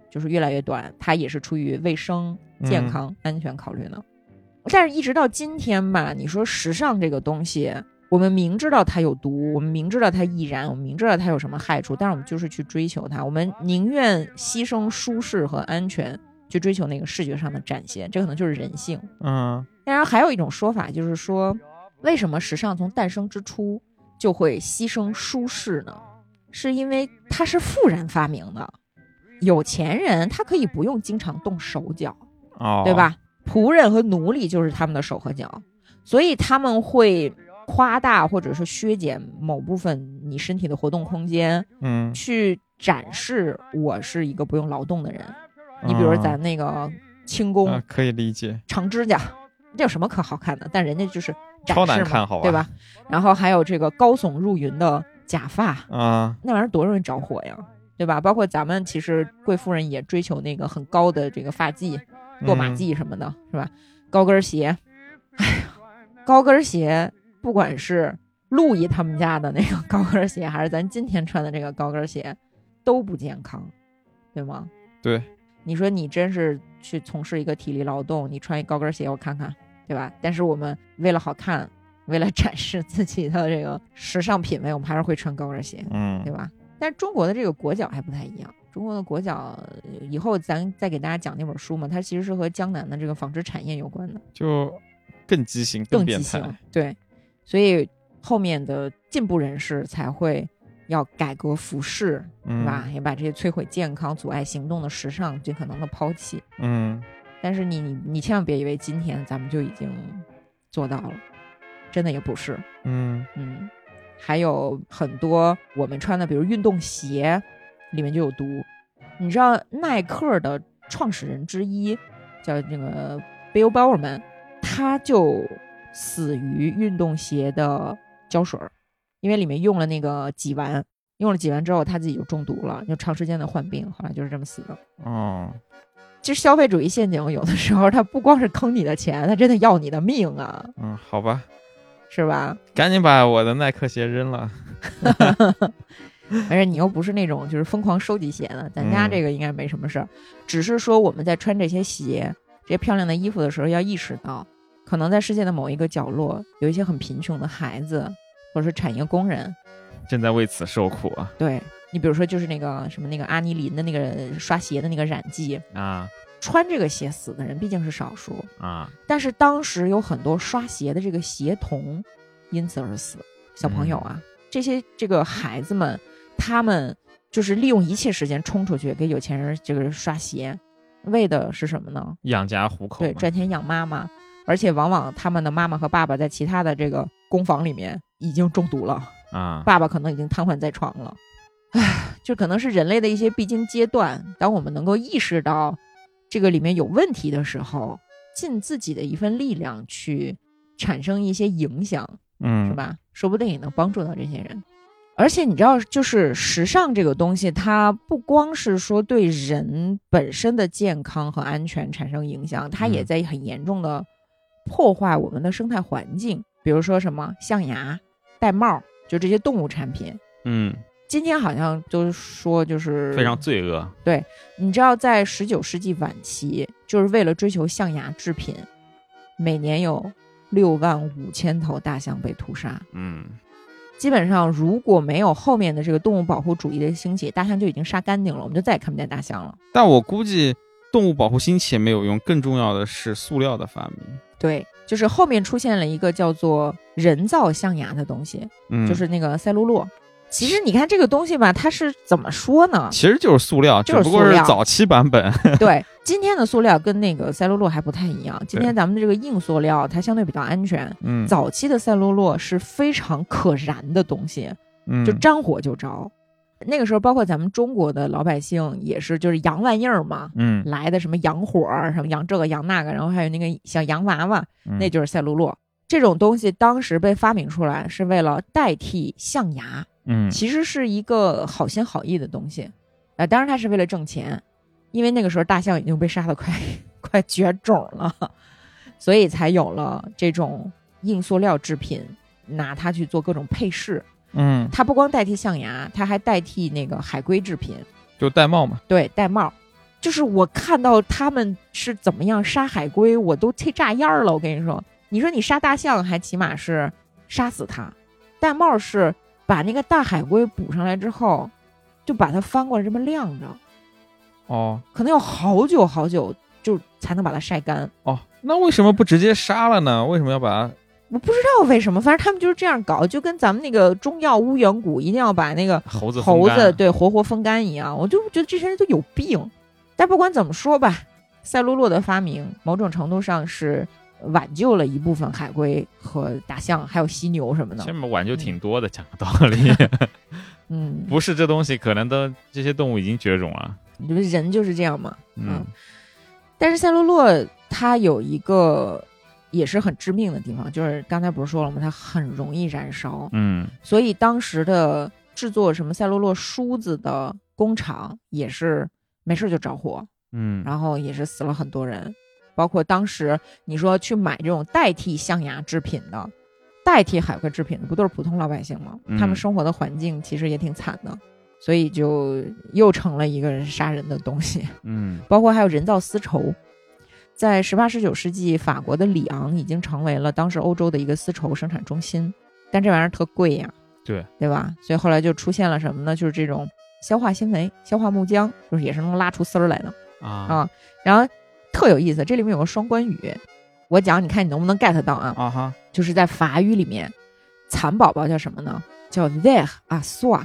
[SPEAKER 1] 就是越来越短，它也是出于卫生、
[SPEAKER 3] 嗯
[SPEAKER 1] 健康、安全考虑呢。但是，一直到今天吧，你说时尚这个东西，我们明知道它有毒，我们明知道它易燃，我们明知道它有什么害处，但是我们就是去追求它，我们宁愿牺牲舒适和安全，去追求那个视觉上的展现，这可能就是人性。
[SPEAKER 3] 嗯
[SPEAKER 1] 当然，还有一种说法就是说，为什么时尚从诞生之初就会牺牲舒适呢？是因为它是富人发明的，有钱人他可以不用经常动手脚，
[SPEAKER 3] 哦，
[SPEAKER 1] 对？吧？仆人和奴隶就是他们的手和脚，所以他们会夸大或者是削减某部分你身体的活动空间，
[SPEAKER 3] 嗯，
[SPEAKER 1] 去展示我是一个不用劳动的人。你比如说
[SPEAKER 3] 嗯
[SPEAKER 1] 咱那个轻功，
[SPEAKER 3] 啊，可以理解。
[SPEAKER 1] 长指甲，这有什么可好看的？但人家就是展
[SPEAKER 3] 超
[SPEAKER 1] 示
[SPEAKER 3] 难
[SPEAKER 1] 嘛
[SPEAKER 3] 看好吧
[SPEAKER 1] 对吧？然后还有这个高耸入云的假发，
[SPEAKER 3] 啊，
[SPEAKER 1] 那玩意儿多容易着火呀，对吧？包括咱们其实贵夫人也追求那个很高的这个发髻、落马
[SPEAKER 3] 嗯，
[SPEAKER 1] 髻什么的，是吧？高跟鞋，哎呀，高跟鞋，不管是路易他们家的那个高跟鞋，还是咱今天穿的这个高跟鞋，都不健康，对吗？
[SPEAKER 3] 对，
[SPEAKER 1] 你说你真是去从事一个体力劳动，你穿一高跟鞋，我看看，对吧？但是我们为了好看，为了展示自己的这个时尚品味，我们还是会穿高跟鞋。对
[SPEAKER 3] 嗯，
[SPEAKER 1] 吧？但是中国的这个裹脚还不太一样，中国的裹脚呃以后咱再给大家讲那本书嘛，它其实是和江南的这个纺织产业有关的，
[SPEAKER 3] 就更畸形，
[SPEAKER 1] 更
[SPEAKER 3] 变
[SPEAKER 1] 畸
[SPEAKER 3] 态。
[SPEAKER 1] 形。对，所以后面的进步人士才会要改革服饰，
[SPEAKER 3] 嗯
[SPEAKER 1] 是吧？也把这些摧毁健康、阻碍行动的时尚尽可能的抛弃。
[SPEAKER 3] 嗯，
[SPEAKER 1] 但是你你你千万别以为今天咱们就已经做到了，真的也不是。
[SPEAKER 3] 嗯，
[SPEAKER 1] 嗯，还有很多我们穿的，比如运动鞋，里面就有毒。你知道耐克的创始人之一叫那个 Bill Bowerman，他就死于运动鞋的胶水儿，因为里面用了那个己烷，用了己烷之后他自己就中毒了，就长时间的患病，后来就是这么死的。
[SPEAKER 3] 哦，
[SPEAKER 1] 其实消费主义陷阱有的时候，它不光是坑你的钱，它真的要你的命啊，
[SPEAKER 3] 嗯，好吧，
[SPEAKER 1] 是吧？
[SPEAKER 3] 赶紧把我的耐克鞋扔了。
[SPEAKER 1] 而且你又不是那种就是疯狂收集鞋的，咱家
[SPEAKER 3] 嗯
[SPEAKER 1] 这个应该没什么事儿，只是说我们在穿这些鞋、这些漂亮的衣服的时候，要意识到，可能在世界的某一个角落，有一些很贫穷的孩子，或者是产业工人，
[SPEAKER 3] 正在为此受苦啊
[SPEAKER 1] 对你比如说就是那个什么那个阿尼林的那个刷鞋的那个染剂，
[SPEAKER 3] 啊
[SPEAKER 1] 穿这个鞋死的人毕竟是少数，
[SPEAKER 3] 啊！
[SPEAKER 1] 但是当时有很多刷鞋的这个鞋童因此而死。小朋友啊，这些这个孩子们，他们就是利用一切时间冲出去给有钱人这个刷鞋，为的是什么呢？
[SPEAKER 3] 养家糊口
[SPEAKER 1] 对，
[SPEAKER 3] 嘛
[SPEAKER 1] 赚钱养妈妈。而且往往他们的妈妈和爸爸在其他的这个工坊里面已经中毒了，
[SPEAKER 3] 啊，
[SPEAKER 1] 爸爸可能已经瘫痪在床了。唉，就可能是人类的一些必经阶段。当我们能够意识到这个里面有问题的时候，尽自己的一份力量去产生一些影响，
[SPEAKER 3] 嗯，
[SPEAKER 1] 是？吧？说不定也能帮助到这些人。而且你知道，就是时尚这个东西，它不光是说对人本身的健康和安全产生影响，它也
[SPEAKER 3] 嗯
[SPEAKER 1] 在很严重的破坏我们的生态环境。比如说什么象牙、玳瑁，就这些动物产品。
[SPEAKER 2] 嗯，
[SPEAKER 1] 今天好像都说就是
[SPEAKER 2] 非常罪恶。
[SPEAKER 1] 你知道，在十九世纪晚期，就是为了追求象牙制品，每年有六万五千头大象被屠杀。
[SPEAKER 2] 嗯，
[SPEAKER 1] 基本上如果没有后面的这个动物保护主义的兴起，大象就已经杀干净了，我们就再也看不见大象了。
[SPEAKER 2] 但我估计动物保护兴起也没有用，更重要的是塑料的发明。
[SPEAKER 1] 对，就是后面出现了一个叫做人造象牙的东西，
[SPEAKER 2] 嗯，？
[SPEAKER 1] 就是那个赛璐珞。其实你看这个东西吧，它是怎么说 呢
[SPEAKER 2] 其实就是塑料，
[SPEAKER 1] 就
[SPEAKER 2] 只
[SPEAKER 1] 是
[SPEAKER 2] 不过
[SPEAKER 1] 塑
[SPEAKER 2] 是
[SPEAKER 1] 料
[SPEAKER 2] 早期版本。
[SPEAKER 1] 对，今天的塑料跟那个赛璐珞还不太一样。今天咱们的这个硬塑料，它相对比较安全。
[SPEAKER 3] 嗯，
[SPEAKER 1] 早期的赛璐珞是非常可燃的东西，
[SPEAKER 3] 嗯
[SPEAKER 1] 就沾火就着。那个时候，包括咱们中国的老百姓也是，就是洋玩意儿嘛，
[SPEAKER 3] 嗯，
[SPEAKER 1] 来的什么洋火儿，什么洋这个洋那个，然后还有那个小洋娃娃，
[SPEAKER 3] 嗯
[SPEAKER 1] 那就是赛璐珞。这种东西当时被发明出来是为了代替象牙，
[SPEAKER 3] 嗯
[SPEAKER 1] 其实是一个好心好意的东西。呃，当然它是为了挣钱，因为那个时候大象已经被杀的快 快绝种了，所以才有了这种硬塑料制品，拿它去做各种配饰。
[SPEAKER 3] 嗯，
[SPEAKER 1] 它不光代替象牙，它还代替那个海龟制品。
[SPEAKER 3] 就戴帽嘛，
[SPEAKER 1] 对，戴帽。就是我看到他们是怎么样杀海龟，我都气炸烟儿了。我跟你说，你说你杀大象还起码是杀死它，戴帽是把那个大海龟捕上来之后，就把它翻过来这么晾着，
[SPEAKER 3] 哦
[SPEAKER 1] 可能要好久好久就才能把它晒干。
[SPEAKER 3] 哦，那为什么不直接杀了呢？为什么要把它
[SPEAKER 1] 我不知道为什么，反正他们就是这样搞，就跟咱们那个中药乌圆骨一定要把那个
[SPEAKER 2] 猴子
[SPEAKER 1] 猴
[SPEAKER 3] 啊
[SPEAKER 1] 子对活活风干一样，我就觉得这些人都有病。但不管怎么说吧，赛璐珞的发明某种程度上是挽救了一部分海龟和大象，还有犀牛什么
[SPEAKER 3] 这
[SPEAKER 1] 的。
[SPEAKER 3] 么挽救挺多的？讲个道 理，
[SPEAKER 1] 嗯，
[SPEAKER 3] 不是这东西可能都这些动物已经绝种了。
[SPEAKER 1] 你觉得人就是这样嘛？
[SPEAKER 3] 嗯
[SPEAKER 1] 但是赛璐珞它有一个也是很致命的地方，就是刚才不是说了吗？它很容易燃烧，
[SPEAKER 3] 嗯，
[SPEAKER 1] 所以当时的制作什么赛璐珞梳子的工厂也是没事就着火，
[SPEAKER 3] 嗯，
[SPEAKER 1] 然后也是死了很多人，包括当时你说去买这种代替象牙制品的。代替海葵制品的不都是普通老百姓吗？
[SPEAKER 3] 嗯
[SPEAKER 1] 他们生活的环境其实也挺惨的，所以就又成了一个人杀人的东西。
[SPEAKER 3] 嗯
[SPEAKER 1] 包括还有人造丝绸。在十八、十九世纪，法国的里昂已经成为了当时欧洲的一个丝绸生产中心，但这玩意儿特贵呀，
[SPEAKER 3] 对
[SPEAKER 1] 对吧？所以后来就出现了什么呢？就是这种消化纤维、消化木浆，就是也是能拉出丝儿来的。
[SPEAKER 3] 啊
[SPEAKER 1] 啊然后特有意思，这里面有个双关语，我讲你看你能不能 get 到啊？
[SPEAKER 3] 啊哈，
[SPEAKER 1] 就是在法语里面，蚕宝宝叫什么呢？叫 ver 啊 s o v e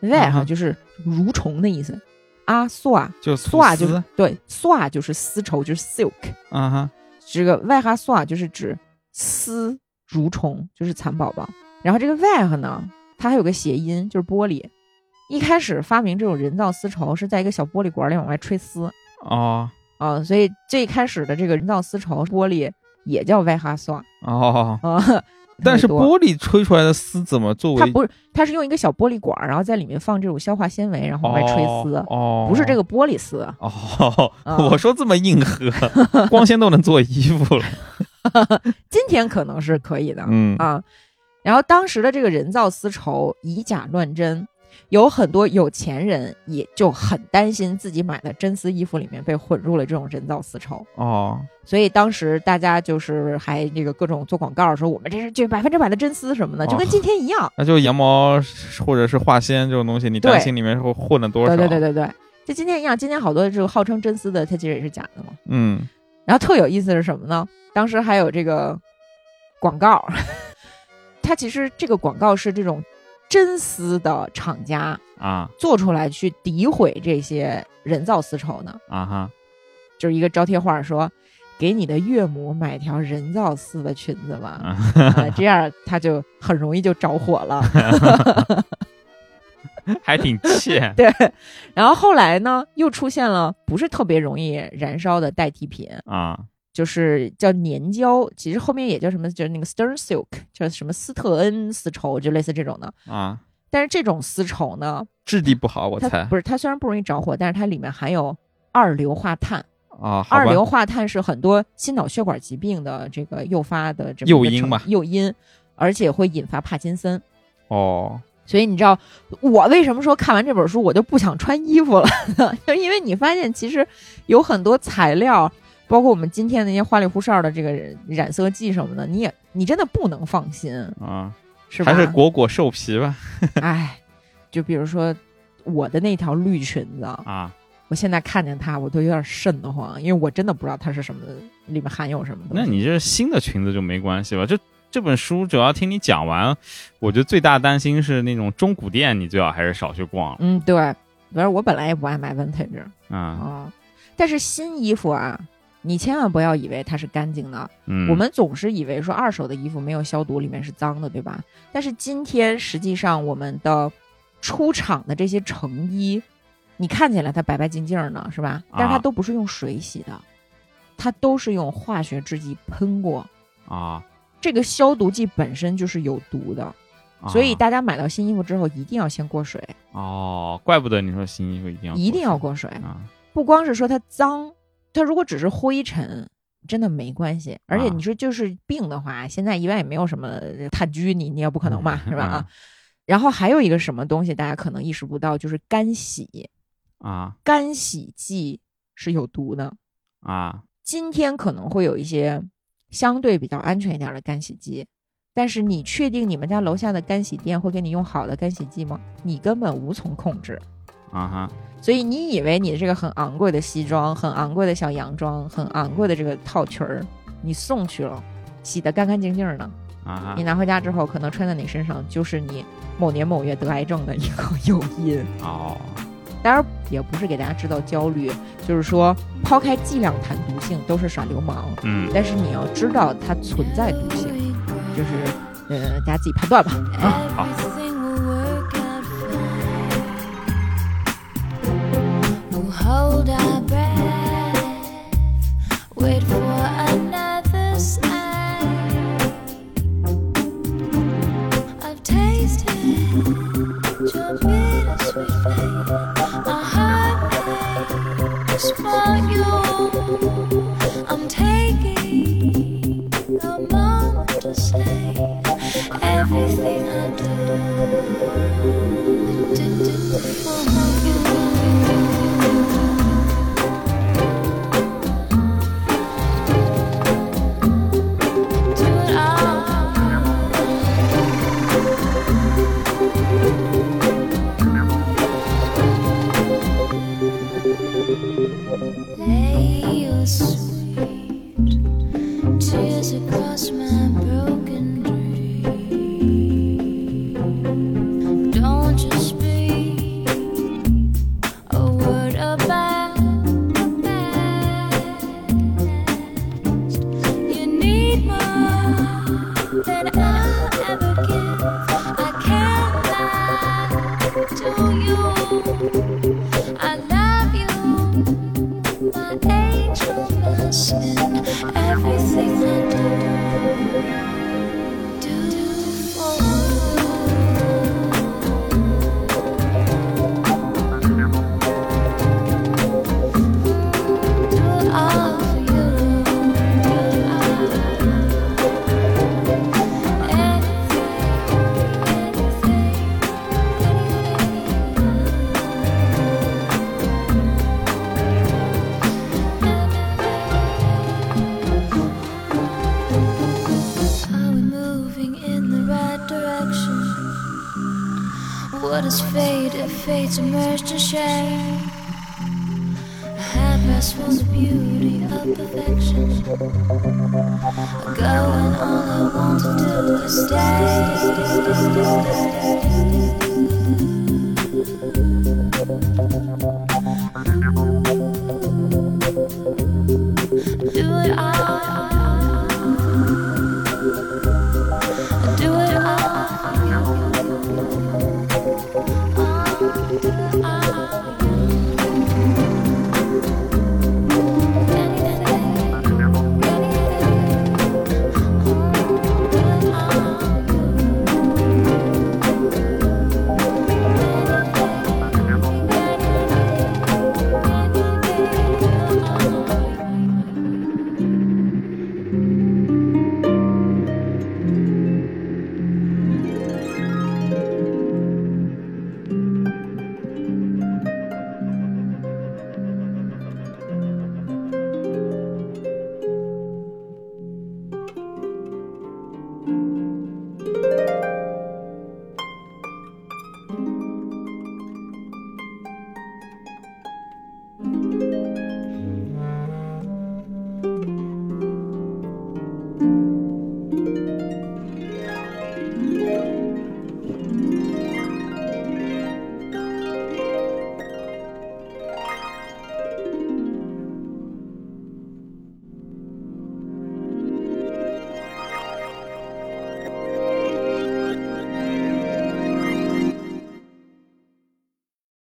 [SPEAKER 3] 嗯
[SPEAKER 1] r
[SPEAKER 3] 哼
[SPEAKER 1] 就是蠕虫的意思，啊 s o
[SPEAKER 3] 就
[SPEAKER 1] 丝袜
[SPEAKER 3] 吐
[SPEAKER 1] 就是
[SPEAKER 3] 丝
[SPEAKER 1] 对，soie 就是丝绸，就是 silk。
[SPEAKER 3] 啊哈，
[SPEAKER 1] 这个外哈 soie 就是指丝蠕虫，就是蚕宝宝。然后这个外哈呢，它还有个谐音，就是玻璃。一开始发明这种人造丝绸是在一个小玻璃管里往外吹丝
[SPEAKER 3] 哦
[SPEAKER 1] 啊、所以最开始的这个人造丝绸玻璃也叫外哈 soie
[SPEAKER 3] 哦，
[SPEAKER 1] 啊。
[SPEAKER 3] 但是
[SPEAKER 1] 特别多
[SPEAKER 3] 玻璃吹出来的丝怎么作为
[SPEAKER 1] 它不是，它是用一个小玻璃管，然后在里面放这种消化纤维，然后往外吹丝，
[SPEAKER 3] 哦，
[SPEAKER 1] 不是这
[SPEAKER 3] 个。
[SPEAKER 1] 个玻璃丝。
[SPEAKER 3] 哦，
[SPEAKER 1] 啊
[SPEAKER 3] 我说这么硬核， 光纤都能做衣服 了。
[SPEAKER 1] 今天可能是可以的，
[SPEAKER 3] 嗯
[SPEAKER 1] 啊。然后当时的这个人造丝绸以假乱真，有很多有钱人也就很担心自己买的真丝衣服里面被混入了这种人造丝绸，
[SPEAKER 3] 哦，
[SPEAKER 1] 所以当时大家就是还这个各种做广告说我们这是这百分之百的真丝什么的，就跟
[SPEAKER 3] 哦
[SPEAKER 1] 今天一样。
[SPEAKER 3] 那就羊毛或者是化纤这种东西，你
[SPEAKER 1] 对
[SPEAKER 3] 担心里面会混了多少？
[SPEAKER 1] 对对对对对，就今天一样。今天好多这个号称真丝的，它其实也是假的嘛。
[SPEAKER 3] 嗯，
[SPEAKER 1] 然后特有意思是什么呢？当时还有这个广告， 它其实这个广告是这种真丝的厂家
[SPEAKER 3] 啊
[SPEAKER 1] 做出来去诋毁这些人造丝绸呢，
[SPEAKER 3] 啊哈，
[SPEAKER 1] 就是一个招贴画说。给你的岳母买条人造丝的裙子吧，
[SPEAKER 3] 啊
[SPEAKER 1] 啊这样她就很容易就着火了。
[SPEAKER 3] 还挺 欠
[SPEAKER 1] 对，然后后来呢，又出现了不是特别容易燃烧的代替品，
[SPEAKER 3] 啊
[SPEAKER 1] 就是叫粘胶，其实后面也叫什么，就是那个 Stern Silk，叫什么斯特恩丝绸，就类似这种的。
[SPEAKER 3] 啊，
[SPEAKER 1] 但是这种丝绸呢，
[SPEAKER 3] 质地不好，我
[SPEAKER 1] 它
[SPEAKER 3] 猜
[SPEAKER 1] 不是它虽然不容易着火，但是它里面含有二硫化碳。
[SPEAKER 3] 啊，好
[SPEAKER 1] 二
[SPEAKER 3] 吧
[SPEAKER 1] 硫化碳是很多心脑血管疾病的这个诱发的这么
[SPEAKER 3] 诱
[SPEAKER 1] 一个
[SPEAKER 3] 因
[SPEAKER 1] 成
[SPEAKER 3] 吧
[SPEAKER 1] 诱因，而且会引发帕金森。
[SPEAKER 3] 哦，
[SPEAKER 1] 所以你知道我为什么说看完这本书我就不想穿衣服了 呢？就因为你发现其实有很多材料，包括我们今天那些花里胡哨的这个染色剂什么的，你也你真的不能放心，
[SPEAKER 3] 啊，
[SPEAKER 1] 是吧？
[SPEAKER 3] 还是裹裹兽皮吧
[SPEAKER 1] 哎，就比如说我的那条绿裙子，
[SPEAKER 3] 啊
[SPEAKER 1] 我现在看见它我都有点瘆得慌，因为我真的不知道它是什么，里面含有什么东西。
[SPEAKER 2] 那你这新的裙子就没关系吧？这这本书主要听你讲完，我觉得最大担心是那种中古店，你最好还是少去逛了。
[SPEAKER 1] 嗯，对，反正我本来也不爱买 vintage
[SPEAKER 2] 啊，
[SPEAKER 1] 啊、但是新衣服啊，你千万不要以为它是干净的。啊
[SPEAKER 2] 嗯，
[SPEAKER 1] 我们总是以为说二手的衣服没有消毒，里面是脏的，对吧？但是今天实际上我们的出厂的这些成衣，你看起来它白白净净的，是吧？但是它
[SPEAKER 2] 啊
[SPEAKER 1] 都不是用水洗的，它都是用化学制剂喷过。
[SPEAKER 2] 啊，
[SPEAKER 1] 这个消毒剂本身就是有毒的，
[SPEAKER 2] 啊
[SPEAKER 1] 所以大家买到新衣服之后一定要先过水，
[SPEAKER 2] 哦，怪不得你说新衣服一定要
[SPEAKER 1] 一定要
[SPEAKER 2] 过
[SPEAKER 1] 过水。
[SPEAKER 2] 水啊，
[SPEAKER 1] 不光是说它脏，它如果只是灰尘，真的没关系。而且
[SPEAKER 2] 啊
[SPEAKER 1] 你说就是病的话，现在医院也没有什么炭疽，你你也不可能嘛，是吧？啊
[SPEAKER 2] 啊。
[SPEAKER 1] 然后还有一个什么东西，大家可能意识不到，就是干洗，
[SPEAKER 2] 啊
[SPEAKER 1] 干洗剂是有毒的。
[SPEAKER 2] 啊
[SPEAKER 1] 今天可能会有一些相对比较安全一点的干洗剂，但是你确定你们家楼下的干洗店会给你用好的干洗剂吗？你根本无从控制。
[SPEAKER 2] 啊哈，
[SPEAKER 1] 所以你以为你这个很昂贵的西装、很昂贵的小洋装、很昂贵的这个套裙儿，你送去了，洗得干干净净儿呢，
[SPEAKER 2] 啊哈
[SPEAKER 1] 你拿回家之后，可能穿在你身上就是你某年某月得癌症的一个诱因。
[SPEAKER 2] 哦
[SPEAKER 1] 当然，也不是给大家制造焦虑，就是说抛开剂量谈毒性都是耍流氓，
[SPEAKER 2] 嗯
[SPEAKER 1] 但是你要知道它存在毒性，就是呃，大家自己判断吧。
[SPEAKER 2] 啊好。
[SPEAKER 4] Everything will work out fine. We'll hold our breath, wait for another sign. about you. I'm taking a moment to say everything I do. do, do for you. Do it all. Lay your sweet tears across my broken dream. Don't you speak a word about the past. You need more than I'll ever give. I can't lie to you. I love you, my angel, my sin, everything I do, do for you. Do all you, Are we moving in the right direction? What is fate if fate's immersed in shame? A headrest was the beauty of perfection. Go and all I want to do is stay.